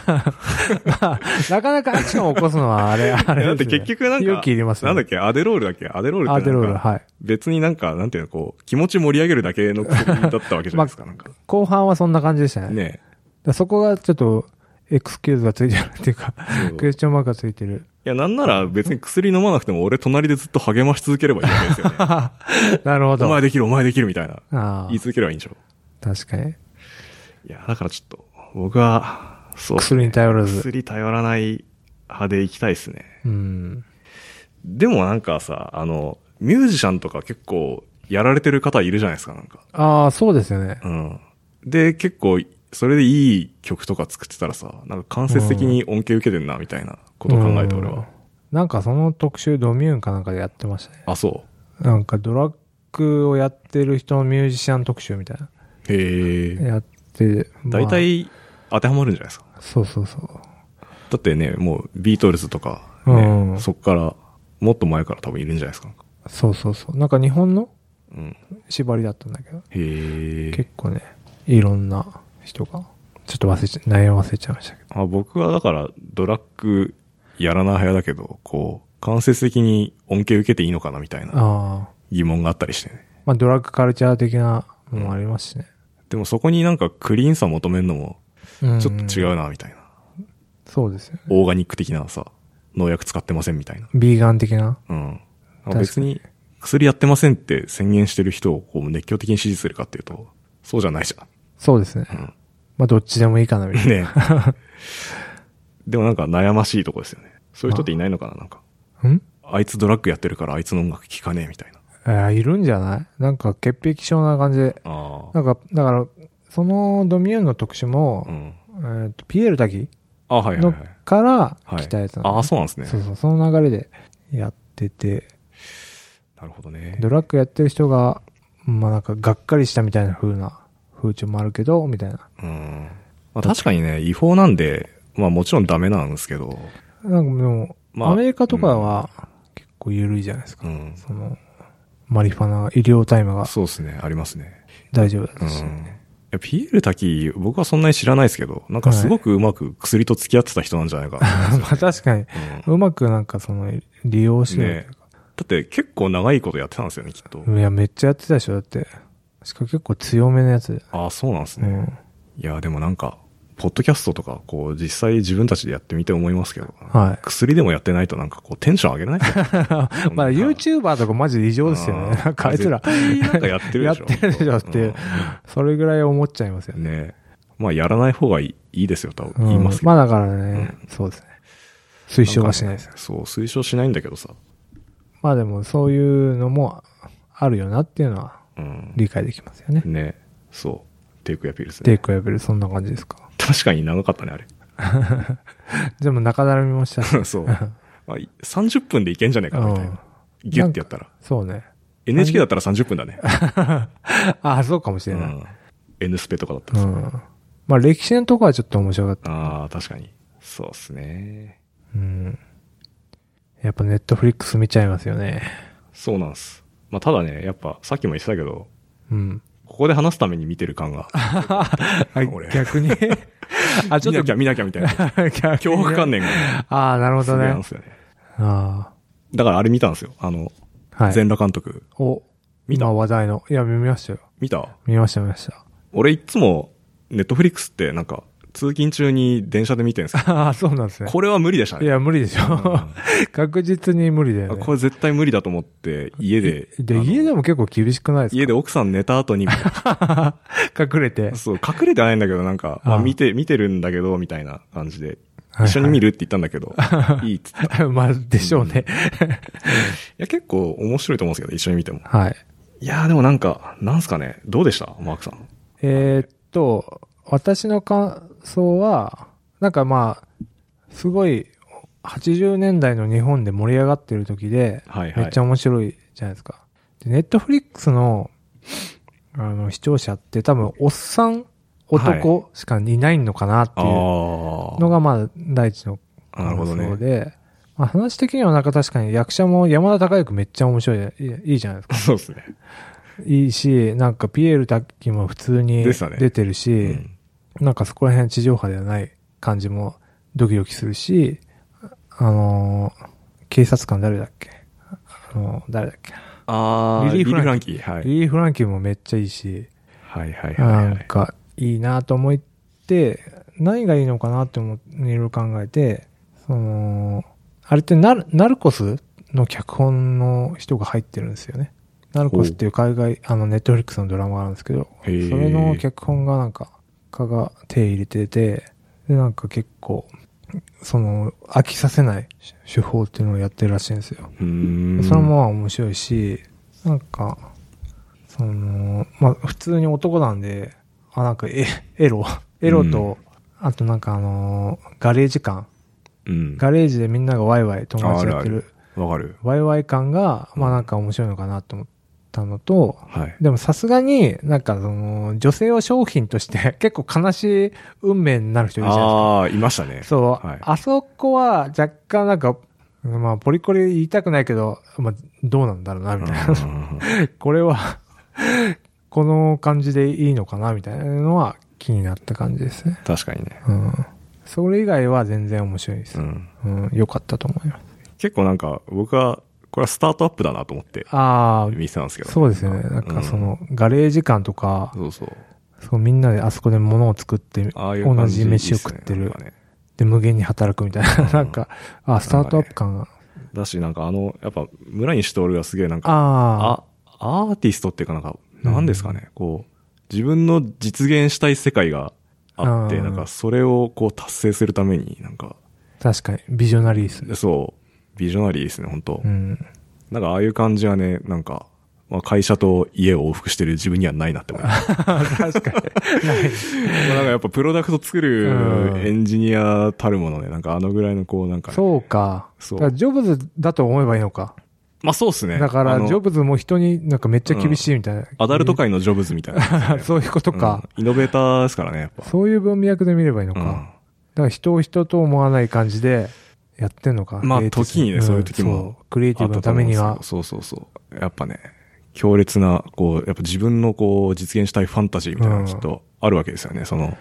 Speaker 1: あ。なかなかアクションを起こすのはあれ、 あれ、
Speaker 2: だって結局なんか、
Speaker 1: 勇気いりますね
Speaker 2: なんだっけ、アデロールだっけアデロールってなんか
Speaker 1: アデロールはい
Speaker 2: 別になんか、なんていうの、こう、気持ち盛り上げるだけ の薬だったわけじゃないですか、なんか。
Speaker 1: 後半はそんな感じでしたね。
Speaker 2: ね
Speaker 1: だからそこがちょっとエクスキューズがついてるっていうか、
Speaker 2: そう
Speaker 1: クエスチョンマークがついてる。
Speaker 2: いや、なんなら別に薬飲まなくても俺隣でずっと励まし続ければいいわけですよ ね。
Speaker 1: なるほ
Speaker 2: お
Speaker 1: ど。
Speaker 2: 前
Speaker 1: あ
Speaker 2: できる、お前できるみたいな。
Speaker 1: あ
Speaker 2: 言い続ければいいんでしょ。
Speaker 1: 確かに。
Speaker 2: いや、だからちょっと、僕は、そう、
Speaker 1: 薬に頼らず。
Speaker 2: 薬頼らない派で行きたいですね。
Speaker 1: うん。
Speaker 2: でもなんかさ、あの、ミュージシャンとか結構やられてる方いるじゃないですか、なんか。
Speaker 1: ああ、そうですよね。
Speaker 2: うん。で、結構、それでいい曲とか作ってたらさ、なんか間接的に恩恵受けてんな、みたいなことを考えて俺
Speaker 1: うん
Speaker 2: は。。
Speaker 1: なんかその特集ドミューンかなんかでやってましたね。
Speaker 2: あ、そ
Speaker 1: なんかドラッグをやってる人のミュージシャン特集みたいな。
Speaker 2: う。へえ。
Speaker 1: やって、まあ
Speaker 2: 大、体、当てはまるんじゃないですか。
Speaker 1: そうそうそう。
Speaker 2: だってね、もうビートルズとか、ね
Speaker 1: うん
Speaker 2: そっから、もっと前から多分いるんじゃないですか。
Speaker 1: そうそうそう。なんか日本の
Speaker 2: うん。
Speaker 1: 縛りだったんだけど、
Speaker 2: へえ。
Speaker 1: 結構ね、いろんな人が、ちょっと忘れちゃ、内容忘れちゃいましたけど。
Speaker 2: あ僕はだから、ドラッグやらない派だけど、こう、間接的に恩恵受けていいのかなみたいな
Speaker 1: ああ。
Speaker 2: 疑問があったりしてね。
Speaker 1: まあドラッグカルチャー的なのもありますしね。
Speaker 2: でもそこになんかクリーンさ求めるのも、ちょっと
Speaker 1: うん。
Speaker 2: 違うな、みたいな。
Speaker 1: そうですよね。
Speaker 2: オーガニック的なさ、農薬使ってませんみたいな。
Speaker 1: ビーガン的な。
Speaker 2: うん。
Speaker 1: 確かに
Speaker 2: 別に、薬やってませんって宣言してる人をこう熱狂的に支持するかっていうと、そうじゃないじゃん。
Speaker 1: そうですね。
Speaker 2: うん
Speaker 1: まあどっちでもいいかな、 みたいな。
Speaker 2: ね でもなんか悩ましいとこですよね。そういう人っていないのかななんか。
Speaker 1: うん
Speaker 2: あいつドラッグやってるからあいつの音楽聴かねえみたいな。
Speaker 1: ああいるんじゃないなんか潔癖症な感じで。
Speaker 2: ああ。
Speaker 1: なんか、だから、そのドミューンの特集も
Speaker 2: う、ん。
Speaker 1: えっと、ピエール滝
Speaker 2: あはいはいは
Speaker 1: の
Speaker 2: い。
Speaker 1: から
Speaker 2: はい、
Speaker 1: 来たやつなんだ
Speaker 2: ああ、そうなんですね。
Speaker 1: そうそう、その流れでやってて、
Speaker 2: なるほどね
Speaker 1: ド。ラッグやってる人が、まあなんか、がっかりしたみたいな風な風潮もあるけど、みたいな。
Speaker 2: うん。まあ確かにね、違法なんで、まあもちろんダメなんですけど、
Speaker 1: なんかでも、
Speaker 2: まあ
Speaker 1: アメリカとかは結構緩いじゃないですか。
Speaker 2: うん。
Speaker 1: その、マリファナ、医療タイムが
Speaker 2: そうですね、ありますね。
Speaker 1: 大丈夫だっ
Speaker 2: う
Speaker 1: た
Speaker 2: ん。
Speaker 1: し。
Speaker 2: いや、ピエール滝、僕はそんなに知らないですけど、なんかすごくうまく薬と付き合ってた人なんじゃないかな。
Speaker 1: まあ確かに、
Speaker 2: うん
Speaker 1: うまくなんかその、利用しようという
Speaker 2: ね
Speaker 1: か
Speaker 2: だって結構長いことやってたんですよね、きっと。
Speaker 1: いや、めっちゃやってたでしょ、だって。しかも結構強めのやつ。
Speaker 2: ああ、そうなんです
Speaker 1: う
Speaker 2: ね。
Speaker 1: ん。
Speaker 2: いや、でもなんか、ポッドキャストとか、こう、実際自分たちでやってみて思いますけど、
Speaker 1: は
Speaker 2: 薬でもやってないとなんかこう、テンション上げれないですよ
Speaker 1: い。 まあ、YouTuber とかマジで異常ですよね。なんかあいつら
Speaker 2: 絶、対なんかやってるでしょ。
Speaker 1: やってるでしょっていうそれぐらい思っちゃいますよ
Speaker 2: うん
Speaker 1: ね。
Speaker 2: ねまあ、やらない方がいいいいですよ、多分。
Speaker 1: うん
Speaker 2: 言いますけど。
Speaker 1: まあだからね、そうですね。推奨はしないです
Speaker 2: ん。かねそう、推奨しないんだけどさ。
Speaker 1: まあでも、そういうのもあるよなっていうのは
Speaker 2: うん。
Speaker 1: 理解できますよね。
Speaker 2: ね。そう。テイクやピルス、
Speaker 1: テ
Speaker 2: ね。
Speaker 1: イクやべる、そんな感じですか。
Speaker 2: 確かに長かったね、あれ。
Speaker 1: でも中だるみもしたし。
Speaker 2: そう。まあ、い30分でいけんじゃねえかな、みたいな。ギュッてやったら。
Speaker 1: そう ね。
Speaker 2: NHK だったら30分だね。
Speaker 1: ああ、 そうかもし
Speaker 2: う
Speaker 1: れない。
Speaker 2: ん。N スペとかだった
Speaker 1: う
Speaker 2: らさ。
Speaker 1: ん。まあ歴史のとこはちょっと面白かった。
Speaker 2: ああ、確かに。そうっすね。
Speaker 1: うん。やっぱネットフリックス見ちゃいますよね。
Speaker 2: そうなんす。まあ、ただね、やっぱ、さっきも言ってたけど、
Speaker 1: うん。
Speaker 2: ここで話すために見てる感が、
Speaker 1: あ
Speaker 2: 俺
Speaker 1: 逆に。 あ、ちょ
Speaker 2: 見
Speaker 1: っ
Speaker 2: なき
Speaker 1: と
Speaker 2: ゃ見なきゃみたいな、
Speaker 1: 逆
Speaker 2: 恐怖観
Speaker 1: ね。
Speaker 2: 念が、ね、
Speaker 1: ああ、なるほ
Speaker 2: す
Speaker 1: ど
Speaker 2: ごいあ
Speaker 1: ね
Speaker 2: るんですよね。
Speaker 1: あ
Speaker 2: だからあれ見たんですよ。あの、
Speaker 1: あ。はい。
Speaker 2: 全裸監督。
Speaker 1: お、
Speaker 2: 見た
Speaker 1: 今話題の。いや、見ましたよ。
Speaker 2: 見た
Speaker 1: 見ました、見ました。
Speaker 2: 俺いっつも、ネットフリックスってなんか、通勤中に電車で見てる んです け
Speaker 1: ああ、そうなんです
Speaker 2: ど、
Speaker 1: ね。
Speaker 2: これは無理でした
Speaker 1: い
Speaker 2: ね。
Speaker 1: や、無理でしょ。確実に無理だよね
Speaker 2: こ。れ絶対無理だと思って、家で、
Speaker 1: で、
Speaker 2: あの
Speaker 1: 家でも結構厳しくないですか
Speaker 2: 家で奥さん寝た 後に、
Speaker 1: 隠れて。
Speaker 2: そう、隠れてはないんだけど、なんか、まあ
Speaker 1: ああ
Speaker 2: 見て、見てるんだけど、みたいな感じで、
Speaker 1: はいはい
Speaker 2: 一緒に見るって言ったんだ けど、いいっつった。い
Speaker 1: まあ、でしょうね。
Speaker 2: や、結構面白いと思うんですけど、一緒に見ても。
Speaker 1: はい。
Speaker 2: いやーでもなんか、なんすかね、どうでしたマークさん。
Speaker 1: えーっと、私の感想は、なんかまあ、すごい、80年代の日本で盛り上がってる時で、
Speaker 2: はいはい。
Speaker 1: めっちゃ面白いじゃないですか。で、ネットフリックスの、あの、視聴者って多分、おっさん、男しかいないのかなって
Speaker 2: あ
Speaker 1: いうの
Speaker 2: ー
Speaker 1: が、まあ、第一の
Speaker 2: なるほど
Speaker 1: 感想
Speaker 2: ね。
Speaker 1: で、まあ、話的にはなんか確かに役者も山田孝之めっちゃ面白い、いいいいじゃないですか。
Speaker 2: そうですね。
Speaker 1: いいし、なんかピエール滝も普通に
Speaker 2: でしたね
Speaker 1: 出てるし、
Speaker 2: うん
Speaker 1: なんかそこら辺地上波ではない感じもドキドキするし、あのー警察官誰だっけあのー誰だっけ
Speaker 2: あー
Speaker 1: リリーフラン
Speaker 2: リー・フランキー。
Speaker 1: リリー・フランキーもめっちゃいいし、
Speaker 2: はい。はいはいはい
Speaker 1: な
Speaker 2: は
Speaker 1: ん
Speaker 2: い。
Speaker 1: かいいなと思って、何がいいのかなって思って、いろいろ考えて、その、あれってナルナルコスの脚本の人が入ってるんですよね。ナルコスっていう海外、あの、ネットフリックスのドラマがあるんですけど、そ
Speaker 2: へー
Speaker 1: れの脚本がなんか、蚊が手入れてて、で、なんか結構、その、飽きさせない手法っていうのをやってるらしいんですよ。
Speaker 2: うーん
Speaker 1: それもまあ面白いし、なんか、その、まあ普通に男なんで、あ、なんかエエロ、エロと、あとなんかあのーガレージ感。
Speaker 2: うん。
Speaker 1: ガレージでみんながワイワイ友達やってる、
Speaker 2: あるわかる。
Speaker 1: ワイワイ感が、まあなんか面白いのかなと思ったのと、
Speaker 2: はい。
Speaker 1: でもさすがに、なんかその、女性を商品として 結構悲しい運命になる人いるじゃないですか。
Speaker 2: ああ、いましたね。
Speaker 1: そう、
Speaker 2: はい
Speaker 1: あそこは若干なんか、まあ、ポリコレ言いたくないけど、まあ、どうなんだろうな、みたいな。これは、この感じでいいのかな、みたいなのは気になった感じですね。
Speaker 2: 確かにね。
Speaker 1: うん。それ以外は全然面白いです
Speaker 2: う。ん。
Speaker 1: うん、良、かったと思います。
Speaker 2: 結構なんか、僕は、これはスタートアップだなと思って
Speaker 1: ああ、
Speaker 2: 見てたんですけど、
Speaker 1: そうですよね。なんかその、ガレージ感とか、
Speaker 2: そうそう。
Speaker 1: そうみんなであそこで物を作って、
Speaker 2: ああいう
Speaker 1: 同
Speaker 2: 感じ
Speaker 1: じ
Speaker 2: いいっ
Speaker 1: 飯を
Speaker 2: すね
Speaker 1: 食って
Speaker 2: なん
Speaker 1: る
Speaker 2: か。ね
Speaker 1: で、無限に働くみたいな。なんか、あ、スタートアップ感が。
Speaker 2: だし、なんかあの、やっぱ、村西徹がすげえなんか、
Speaker 1: ああ。
Speaker 2: あ、アーティストっていうかなんか、なんですかね、こう、自分の実現したい世界があって、
Speaker 1: うん
Speaker 2: なんかそれをこう達成するために、なんか、
Speaker 1: 確かに、ビジョナリーですね。
Speaker 2: そう、ビジョナリーですね、本当、
Speaker 1: うん。
Speaker 2: なんかああいう感じはね、なんか、まあ、会社と家を往復してる自分にはないなって思い ます。
Speaker 1: 確かに。 ない。
Speaker 2: なんかやっぱプロダクト作
Speaker 1: うん
Speaker 2: るエンジニアたるものね、なんかあのぐらいのこうなんかね、
Speaker 1: そうか。
Speaker 2: そう
Speaker 1: だからジョブズだと思えばいいのか。
Speaker 2: まあそうですね。
Speaker 1: だか
Speaker 2: あ
Speaker 1: ら、
Speaker 2: の
Speaker 1: ジョブズも人になんかめっちゃ厳しいみたいな。
Speaker 2: アダルト界のジョブズみたいなやつですね、
Speaker 1: そういうことか。
Speaker 2: うんイノベーターですからね、やっぱ。
Speaker 1: そういう文脈で見ればいいのか。
Speaker 2: うん
Speaker 1: だから人を人と思わない感じでやってんのか。
Speaker 2: まあ
Speaker 1: クリエイティブ
Speaker 2: 時にねそういう時も
Speaker 1: そうクリエイティブのために
Speaker 2: あっ
Speaker 1: は
Speaker 2: た。と思うんですけどそうそうそう。やっぱね、強烈な、こう、やっぱ自分のこう、実現したいファンタジーみたいなのがきっとあるわけですよね、その。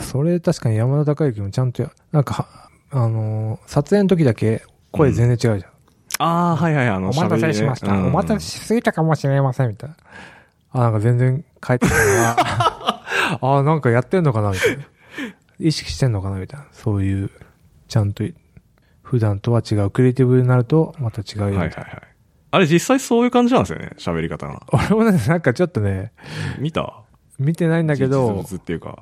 Speaker 1: それ確かに山田孝之もちゃんとや、なんかは、あのー撮影の時だけ声全然違うじゃん。
Speaker 2: ああ、はいはい、あの、
Speaker 1: お待たせしました、お待たせしすぎたかもしれません、みたいな。あ、なんか全然帰ってきたな。あ、なんかやってんのかな、みたいな。意識してんのかな、みたいな。そういう、ちゃんと、普段とは違う。クリエイティブになると、また違うよ、
Speaker 2: はい
Speaker 1: みた
Speaker 2: はいい
Speaker 1: な
Speaker 2: はい。あれ実際そういう感じなんですよね、喋り方が。
Speaker 1: 俺もね、なんかちょっとね、
Speaker 2: 見た
Speaker 1: 見てないんだけ
Speaker 2: 実
Speaker 1: ど、
Speaker 2: 物っていうか。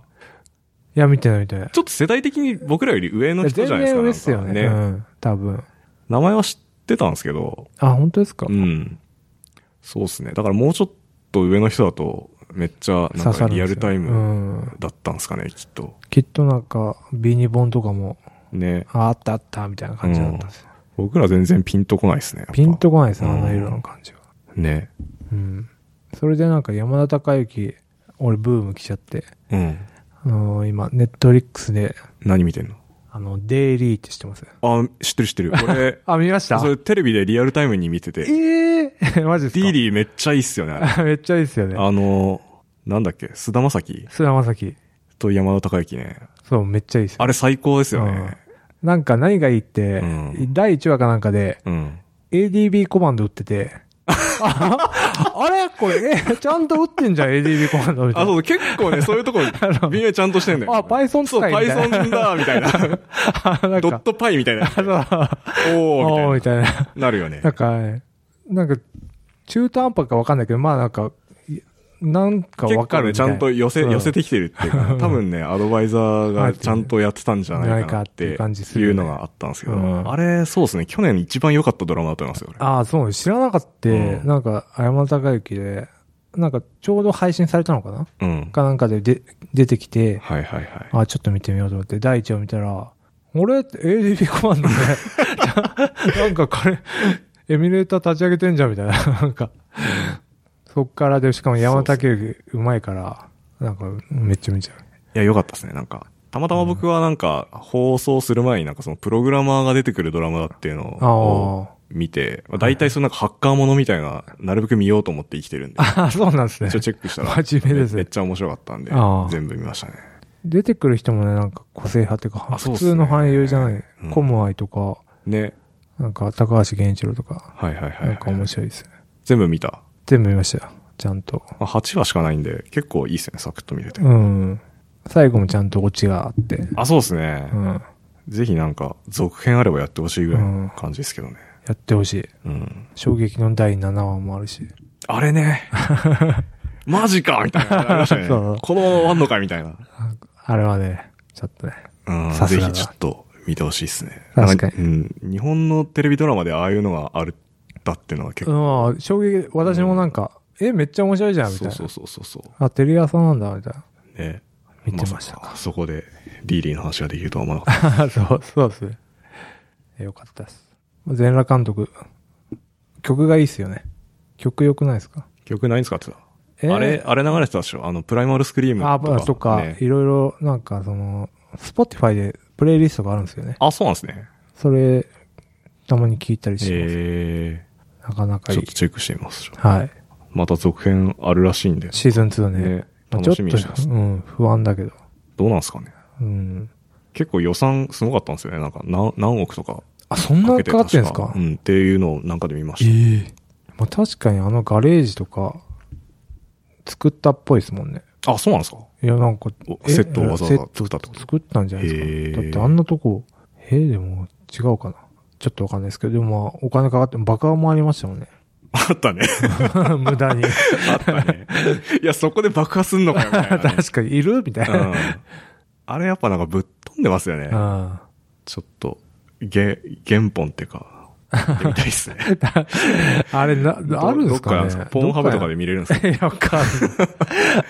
Speaker 1: いや、見てないみたいな。
Speaker 2: ちょっと世代的に僕らより上の人
Speaker 1: 全
Speaker 2: じゃないです
Speaker 1: 然
Speaker 2: か。
Speaker 1: 上っすよね。
Speaker 2: な
Speaker 1: うん
Speaker 2: か
Speaker 1: ん、多分。
Speaker 2: 名前は知ってたんですけど。
Speaker 1: あ、本当ですか、
Speaker 2: うん。そうですね。だからもうちょっと上の人だと、めっちゃ、なん
Speaker 1: 刺さ
Speaker 2: か
Speaker 1: るんですよ
Speaker 2: リアルタイ
Speaker 1: う
Speaker 2: ム
Speaker 1: ん。
Speaker 2: だったんですかね、きっと。
Speaker 1: きっとなんか、ビニボンとかも、
Speaker 2: ね。
Speaker 1: ああったあった、みたいな感じだったんですよ、
Speaker 2: 僕ら全然ピンとこないですね。やっぱ
Speaker 1: ピンとこないですね、あの色の感じは。
Speaker 2: ね。
Speaker 1: うん。それでなんか山田孝之、俺ブーム来ちゃって、
Speaker 2: うん。
Speaker 1: あのー今、ネットリックスで、
Speaker 2: 何見てんの
Speaker 1: あの、デイリーって知ってます
Speaker 2: あ、知ってる知
Speaker 1: 、
Speaker 2: ってる。これ
Speaker 1: あ、見ました
Speaker 2: それテレビでリアルタイムに見て
Speaker 1: え
Speaker 2: て、
Speaker 1: えー、 マジです
Speaker 2: デ
Speaker 1: か
Speaker 2: ィーリーめっちゃいいっすよね。あ
Speaker 1: ー。 めっちゃいいですよね。
Speaker 2: の、なんだっけ、菅田将暉
Speaker 1: 菅田将暉。
Speaker 2: と山田孝之ね。
Speaker 1: そう、めっちゃいいですよ。
Speaker 2: あれ最高ですよね。
Speaker 1: うんなんか何がいいって、
Speaker 2: うん
Speaker 1: 第1話かなんかで、
Speaker 2: うん。
Speaker 1: ADB コマンド打って て、ああれこれ、え、ちゃんと打ってんじゃん、ADB コマンドみた
Speaker 2: あ、
Speaker 1: いな。
Speaker 2: そう、結構ね、そうい うとこ、微妙ちゃんとしてんだよ。
Speaker 1: あ Python
Speaker 2: そう、
Speaker 1: 使いみたいな
Speaker 2: Python だ、みたいな。
Speaker 1: あ、なん
Speaker 2: ドッ
Speaker 1: か、
Speaker 2: トパイ みたいな。
Speaker 1: お
Speaker 2: おー、
Speaker 1: ー
Speaker 2: み
Speaker 1: み
Speaker 2: たい
Speaker 1: たいな。
Speaker 2: な。なるよね
Speaker 1: な。んかね、なんか、中途半端かわかんないけど、まあなんか、いなんか
Speaker 2: 結
Speaker 1: わかる
Speaker 2: 構ね、
Speaker 1: み
Speaker 2: ち
Speaker 1: た
Speaker 2: ゃ
Speaker 1: い
Speaker 2: んと寄せ、
Speaker 1: うん
Speaker 2: 寄せてきてるっていうか、多分ね、アドバイザーがちゃんとやってたんじゃないかな
Speaker 1: ない
Speaker 2: って
Speaker 1: かっていう感じす
Speaker 2: い
Speaker 1: るよ
Speaker 2: う
Speaker 1: ね
Speaker 2: のがあったんですけ
Speaker 1: う
Speaker 2: ど、
Speaker 1: ん
Speaker 2: あれ、そうですね、去年一番良かったドラマだと思いますよ、これ
Speaker 1: ああ、そう、知らなかった。
Speaker 2: うん
Speaker 1: なんか、山田孝之で、なんか、ちょうど配信されたのかな
Speaker 2: うん。
Speaker 1: かなんかでで出てきて、
Speaker 2: はいはいはい。
Speaker 1: ああ、ちょっと見てみようと思って、第一を見たら、俺って ADB コマンドで、ちゃ なんかこれ、エミュレーター立ち上げてんじゃんみたいな、なんか、そっからで、しかも山田孝之うまいから、なんか、めっちゃ見ちゃう。
Speaker 2: いや、良かったですね、なんか。たまたま僕はなんか、放送する前になんかそのプログラマーが出てくるドラマだっていうのを
Speaker 1: あ
Speaker 2: 見て、まあ、大体そのなんかハッカーものみたいな、なるべく見ようと思って生きてるんで、
Speaker 1: ああ、そうなん ですね
Speaker 2: 一応。チェックしたら、
Speaker 1: 真面目ですね
Speaker 2: めっちゃ面白かったんで
Speaker 1: ああ、
Speaker 2: 全部見ましたね。
Speaker 1: 出てくる人もね、なんか個性派っていうか、
Speaker 2: あそう
Speaker 1: 普
Speaker 2: っすね
Speaker 1: 通の俳優じゃない。
Speaker 2: うん
Speaker 1: コムアイとか、
Speaker 2: ね。
Speaker 1: なんか高橋源一郎とか、
Speaker 2: はいはいはい。
Speaker 1: なんか面白いですね。
Speaker 2: 全部見た。
Speaker 1: 全部見ましたよ。ちゃんと。
Speaker 2: まあ、8話しかないんで、結構いいですね、サクッと見れて。
Speaker 1: うん。最後もちゃんとオチがあって。
Speaker 2: あ、そうですね
Speaker 1: う。ん。
Speaker 2: ぜひなんか、続編あればやってほしいぐらいの感じですけどね。
Speaker 1: やってほしい。
Speaker 2: うん。
Speaker 1: 衝撃の第7話もあるし。
Speaker 2: あれね。 マジかみたいな。ありましたね
Speaker 1: そう
Speaker 2: このまま終わんのかみたいな。
Speaker 1: ああれはね、ちょっとね。
Speaker 2: うん。
Speaker 1: さす
Speaker 2: ぜ
Speaker 1: がだ
Speaker 2: ひちょっと見てほしいですね。
Speaker 1: 確かに
Speaker 2: なんうん。日本のテレビドラマでああいうのがある、だってのは結構。
Speaker 1: うん、衝撃、私もなんか、え、めっちゃ面白いじゃん、みたい
Speaker 2: そう
Speaker 1: な。
Speaker 2: そうそうそうそう。
Speaker 1: あ、テレ朝なんだ、みたいな。
Speaker 2: ね。
Speaker 1: 見てましたか
Speaker 2: さかそこで、リーリーの話ができるとは思わなかっ
Speaker 1: そう、そうですね。えよかったです。全裸監督、曲がいいっすよね。曲良くないですか
Speaker 2: た。 曲ないんですかってさ。
Speaker 1: えー
Speaker 2: あれ、あれ流れてたでしょあの、プライマルスクリーム
Speaker 1: あ、
Speaker 2: とか。
Speaker 1: とか、
Speaker 2: ね
Speaker 1: いろいろ、なんかその、スポティファイでプレイリストがあるんですよね。
Speaker 2: あ、そうなんですね。
Speaker 1: それ、たまに聞いたりします。
Speaker 2: え
Speaker 1: なかなか
Speaker 2: え。
Speaker 1: い
Speaker 2: ちょっ
Speaker 1: い
Speaker 2: と。チェックしてみます。
Speaker 1: はい。
Speaker 2: また続編あるらしいんで。
Speaker 1: シーズン2ね。
Speaker 2: ね
Speaker 1: まあ
Speaker 2: 楽しみにしてま
Speaker 1: ちょ
Speaker 2: す
Speaker 1: っと、うん、不安だけど。
Speaker 2: どうなんですかね。
Speaker 1: うん。
Speaker 2: 結構予算すごかったんですよね。なんか何、何億とか
Speaker 1: あ、そんな
Speaker 2: か
Speaker 1: か
Speaker 2: けて
Speaker 1: かってんすか
Speaker 2: 確うん。っていうのをなんかで見ました。
Speaker 1: まあ確かにあのガレージとか、作ったっぽいですもんね。
Speaker 2: あ、そうなんですか
Speaker 1: いや、なんか
Speaker 2: お、
Speaker 1: え
Speaker 2: セットをわざわざ作ったって
Speaker 1: セッ
Speaker 2: こと
Speaker 1: ト作ったんじゃない
Speaker 2: へ
Speaker 1: です
Speaker 2: ー
Speaker 1: か。だってあんなとこ、えー、でも違うかな。ちょっとわかんないですけど、でもまあ、お金かかって、爆破もありましたもんね。
Speaker 2: あったね。
Speaker 1: 無駄に。
Speaker 2: あったね。いや、そこで爆破すんのかよ、みたいな ね
Speaker 1: 確かに、いるみたい
Speaker 2: うん
Speaker 1: な。。
Speaker 2: あれやっぱなんかぶっ飛んでますよね。
Speaker 1: あ
Speaker 2: ちょっと、げ、原本っていうか、みたいですね。
Speaker 1: ああれ、な、
Speaker 2: ど
Speaker 1: あるん ですか
Speaker 2: どっ
Speaker 1: ね
Speaker 2: やポーンハブとかで
Speaker 1: 見
Speaker 2: 見れるんですか
Speaker 1: いや、 わかんない。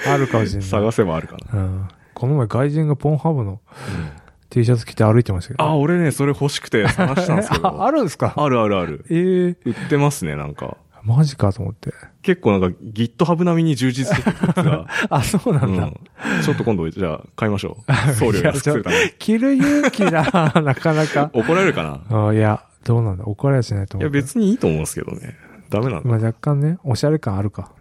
Speaker 1: あるかもしれない。
Speaker 2: 探せばあるかな。
Speaker 1: うん。この前、外人がポンハブの T シャツ着て歩いてましたけど。
Speaker 2: あ、俺ね、それ欲しくて探したんですけ ど。
Speaker 1: ああるんですか
Speaker 2: あるあるある。
Speaker 1: ええ
Speaker 2: 売ってますね、なんか。
Speaker 1: マジかと思って。
Speaker 2: 結構なんか GitHub 並みに充実してるやつが。
Speaker 1: あ、そう な
Speaker 2: うん
Speaker 1: だ。
Speaker 2: ん。ちょっと今度、じゃあ買いましょ う。送料安くするために。
Speaker 1: 着る勇気だ、なかな か。
Speaker 2: 怒られる かな
Speaker 1: あいや、どうなんだ。怒られはしないと思
Speaker 2: いや、
Speaker 1: うけど。
Speaker 2: 別にいいと思うんですけどね。ダメなんだ。
Speaker 1: まあ若干ね、おしゃれ感あるか。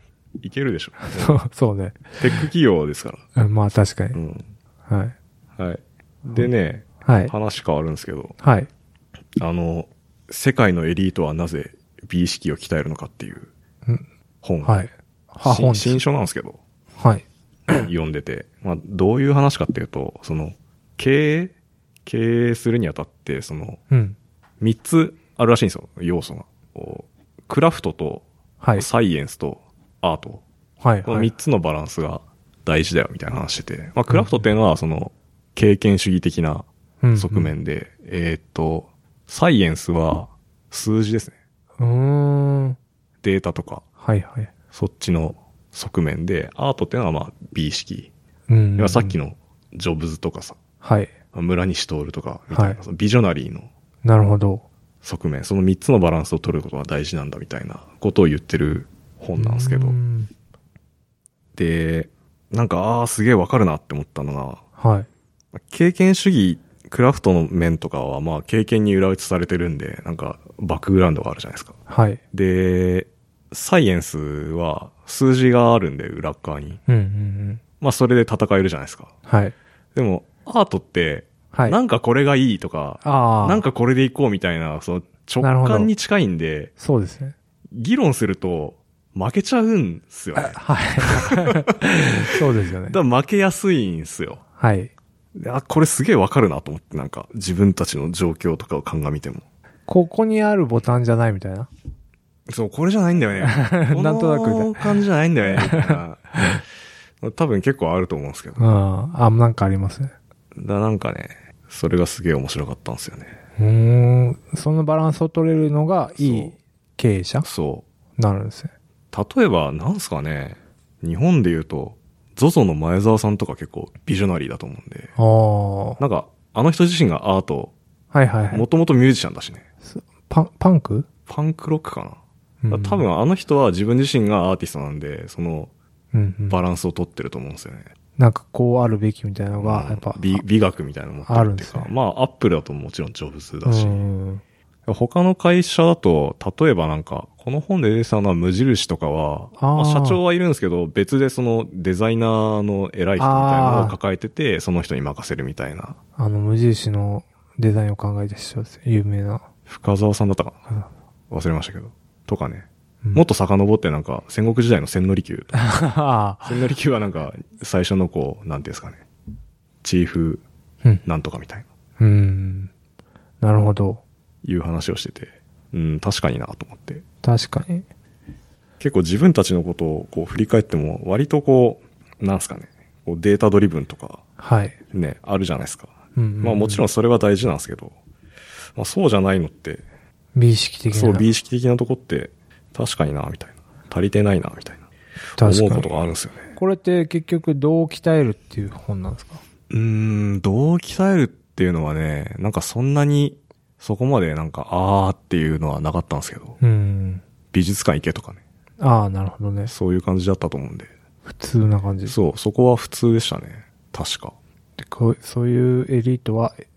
Speaker 2: いけるでしょ。
Speaker 1: そう そうね。
Speaker 2: テック企業ですから。
Speaker 1: うんまあ確か
Speaker 2: う
Speaker 1: に。
Speaker 2: ん。
Speaker 1: はい。
Speaker 2: はい。でね、
Speaker 1: はい。
Speaker 2: 話変わるんですけど、
Speaker 1: はい。
Speaker 2: あの、世界のエリートはなぜ美意識を鍛えるのかっていう
Speaker 1: うん
Speaker 2: 本。
Speaker 1: はい。は、
Speaker 2: 新
Speaker 1: 本
Speaker 2: 新
Speaker 1: です。
Speaker 2: 書なんですけど、
Speaker 1: はい。
Speaker 2: 読んでて。まあ、どういう話かっていうと、その、経営経営するにあたって、その、
Speaker 1: うん。
Speaker 2: 三つあるらしいんですよ、要素が。こうクラフトと、
Speaker 1: はい。
Speaker 2: サイエンスと、アート。
Speaker 1: はい。
Speaker 2: この
Speaker 1: は
Speaker 2: 三
Speaker 1: い。
Speaker 2: つのバランスが大事だよ、みたいな話してて。まあ、クラフトっていうのは、その、経験主義的な
Speaker 1: うん
Speaker 2: 側。面で、えーっと、サイエンスは数字ですね。
Speaker 1: うん。うーん
Speaker 2: データとか、
Speaker 1: はいはい。
Speaker 2: そっちの側面で、アートっていうのはまあ、美意識。
Speaker 1: うん。
Speaker 2: 要はさっき
Speaker 1: の。
Speaker 2: のジョブズとかさ、
Speaker 1: はい。
Speaker 2: 村西徹とか、みたい
Speaker 1: は
Speaker 2: な、
Speaker 1: い
Speaker 2: そのビジョナリーの
Speaker 1: なるほど。
Speaker 2: 側面、その3つのバランスを取ることが大事なんだみたいなことを言ってる本なんですけ
Speaker 1: う
Speaker 2: ど。
Speaker 1: ん
Speaker 2: で、なんか、ああ、すげえわかるなって思ったのが、
Speaker 1: はい。
Speaker 2: 経験主義、クラフトの面とかは、まあ、経験に裏打ちされてるんで、なんか、バックグラウンドがあるじゃないですか。
Speaker 1: はい。
Speaker 2: で、サイエンスは数字があるんで、裏っ側に。
Speaker 1: うんうんうん。
Speaker 2: まあ、それで戦えるじゃないですか。
Speaker 1: はい。
Speaker 2: でも、アートって、
Speaker 1: はい。
Speaker 2: なんかこれがいいとか、
Speaker 1: ああ。
Speaker 2: なんかこれでいこうみたいな、その直
Speaker 1: なるほど
Speaker 2: 感に近いんで、
Speaker 1: そうですね。
Speaker 2: 議論すると負けちゃうんすよね。だ か
Speaker 1: はい。 そうですよね。
Speaker 2: ら負けやすいんすよ。
Speaker 1: はい。
Speaker 2: であ、これすげえわかるなと思って、なんか自分たちの状況とかを鑑みても。
Speaker 1: ここにあるボタンじゃないみたいな。。
Speaker 2: そう、これじゃないんだよね
Speaker 1: なんとなく
Speaker 2: この感じじゃないんだよねみたいな。 多分結構あると思うんですけど。だ
Speaker 1: う
Speaker 2: か
Speaker 1: ん。あ、なんかありますね。
Speaker 2: らなんかね、それがすげえ面白かったんですよね。
Speaker 1: うーん。そのバランスを取れるのがい
Speaker 2: そ
Speaker 1: いう経営者に
Speaker 2: そ
Speaker 1: なるんですね。
Speaker 2: う。例えば、なんすかね、日本で言うと、ZOZO の前澤さんとか結構ビジョナリーだと思うんで。
Speaker 1: ああ。は
Speaker 2: なんか、あの人自身がアート、
Speaker 1: いはいは
Speaker 2: も
Speaker 1: い。
Speaker 2: ともとミュージシャンだしね。
Speaker 1: パン、パンク
Speaker 2: パンクロックかな。
Speaker 1: うん
Speaker 2: だから多分あの人は自分自身がアーティストなんで、その
Speaker 1: うんうん。
Speaker 2: バランスを取ってると思うんですよね。
Speaker 1: なんかこうあるべきみたいなのが、
Speaker 2: うん
Speaker 1: やっぱ。
Speaker 2: 美美学みたいなのも
Speaker 1: あるん
Speaker 2: っ
Speaker 1: で
Speaker 2: ていう
Speaker 1: す
Speaker 2: か、
Speaker 1: ね
Speaker 2: まあアップルだともちろんジョブズだし、
Speaker 1: うん
Speaker 2: 他の会社だと、例えばなんか、この本で出てたのは無印とかは、
Speaker 1: あー
Speaker 2: まあ社長はいるんですけど、別でそのデザイナーの偉い人みたいなのを抱えてて、その人に任せるみたいな。
Speaker 1: あの、無印のデザインを考えた人です。有名な。
Speaker 2: 深澤さんだったかな忘れましたけど。とかね。
Speaker 1: うん
Speaker 2: もっと遡ってなんか、戦国時代の千利休とか。
Speaker 1: ああ
Speaker 2: 千利休はなんか、最初のこう、なんていうんですかね。チーフ
Speaker 1: うん。
Speaker 2: なんとかみたいな、
Speaker 1: うん。なるほど。
Speaker 2: いう話をしてて、うん、確かになと思って。
Speaker 1: 確かに。
Speaker 2: 結構自分たちのことをこう振り返っても、割とこう、なんすかね、こうデータドリブンとか、
Speaker 1: はい。
Speaker 2: ね、あるじゃないですか。
Speaker 1: うんうんうん
Speaker 2: まあもちろんそれは大事なんですけど、まあそうじゃないのって、
Speaker 1: 美意識的な。
Speaker 2: そう美意識的なとこって、確かにな、みたいな。足りてないな、みたいな。
Speaker 1: 確か
Speaker 2: 思
Speaker 1: に
Speaker 2: うことがあるんですよね。
Speaker 1: これって結局どう鍛えるっていう本なんですか
Speaker 2: うーん、どう鍛えるっていうのはね、なんかそんなに、そこまでなんか、あーっていうのはなかったんですけど、
Speaker 1: うん。
Speaker 2: 美術館行けとかね、
Speaker 1: ああ、なるほどね。
Speaker 2: そういう感じだったと思うんで。
Speaker 1: 普通な感じ。
Speaker 2: そう、そこは普通でしたね。確か。
Speaker 1: でこうそういうエリートは、え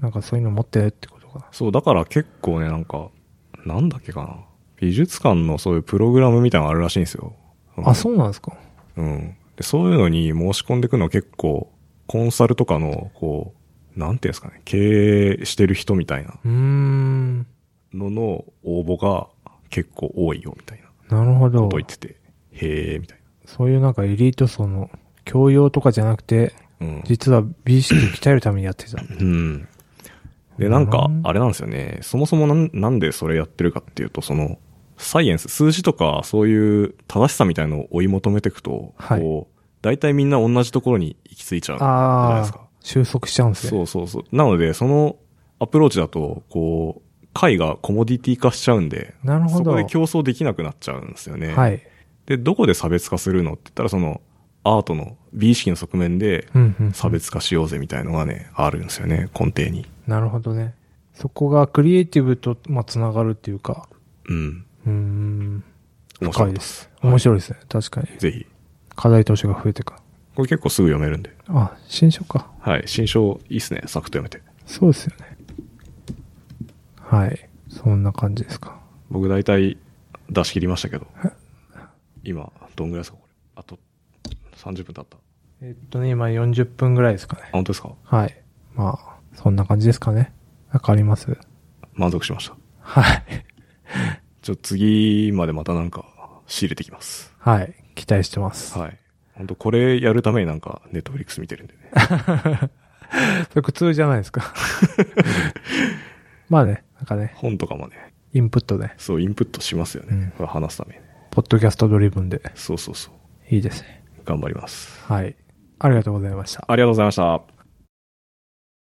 Speaker 1: なんかそういうの持ってるってことかな。
Speaker 2: そう、だから結構ね、なんか、なんだっけかな。美術館のそういうプログラムみたいなのあるらしいんですよ。ん
Speaker 1: あ、そうなんですか
Speaker 2: うん。でそういうのに申し込んでくのは結構、コンサルとかの、こう、なんていうんですかね、経営してる人みたいな
Speaker 1: うーん。
Speaker 2: のの応募が結構多いよ、みたいな
Speaker 1: なるほ
Speaker 2: こ
Speaker 1: ど
Speaker 2: と。言ってて、へえ、みたい
Speaker 1: そういうなんかエリート層の教養とかじゃなくて、
Speaker 2: な。うん。
Speaker 1: 実は美意識を鍛えるためにやってた。
Speaker 2: うん。で、なんか
Speaker 1: う、ん
Speaker 2: あれなんですよね。そもそもなん、なんでそれやってるかっていうと、その、サイエンス、数字とか、そういう正しさみたいのを追い求めていくと、
Speaker 1: はい
Speaker 2: こう、大体みんな同じところに行き着いちゃうじゃない
Speaker 1: あ
Speaker 2: です
Speaker 1: あ
Speaker 2: か。、
Speaker 1: 収束しちゃうんですね。
Speaker 2: そうそうそう。なので、そのアプローチだと、こう、貝がコモディティ化しちゃうんで、
Speaker 1: なるほ
Speaker 2: そ
Speaker 1: ど。
Speaker 2: こで競争できなくなっちゃうんですよね。
Speaker 1: はい。
Speaker 2: で、どこで差別化するのって言ったら、その、アートの美意識の側面で
Speaker 1: うんうん。
Speaker 2: 差別化しようぜみたいのがね、あるんですよね、根底に。
Speaker 1: なるほどね。そこがクリエイティブと、まあ、つながるっていうか。
Speaker 2: うん。
Speaker 1: うーん。
Speaker 2: 面白
Speaker 1: 深
Speaker 2: い
Speaker 1: いで
Speaker 2: ですす。。
Speaker 1: 面白いですね。確かに。
Speaker 2: ぜひ。
Speaker 1: 課題投資が増えてか。
Speaker 2: これ結構すぐ読めるんで。
Speaker 1: あ、新書か。
Speaker 2: はい。新章いいっすね。サクッと読めて。
Speaker 1: そうですよね。はい。そんな感じですか。
Speaker 2: 僕大体出し切りましたけど
Speaker 1: は。
Speaker 2: 今、どんぐらいですかこれ。あと、30分経った。あ、
Speaker 1: えっとね、今40分ぐらいですかね。
Speaker 2: 本当ですか
Speaker 1: はい。まあ、そんな感じですかね。なんかあります
Speaker 2: 満足しました。
Speaker 1: はい。
Speaker 2: ちょ、次までまたなんか仕入れてきます。
Speaker 1: はい。期待してます。
Speaker 2: はい。本当これやるためになんか、ネットフリックス見てるんでね。
Speaker 1: それ苦痛じゃないですか。 まあね、なんかね、
Speaker 2: 本とかもね、
Speaker 1: インプットで、
Speaker 2: そう、インプットしますよね。
Speaker 1: うん
Speaker 2: これ話すためにね。
Speaker 1: ポッドキャストドリブンで、
Speaker 2: そうそうそう。
Speaker 1: いいですね。
Speaker 2: 頑張ります。
Speaker 1: はい。ありがとうございました。
Speaker 2: ありがとうございました。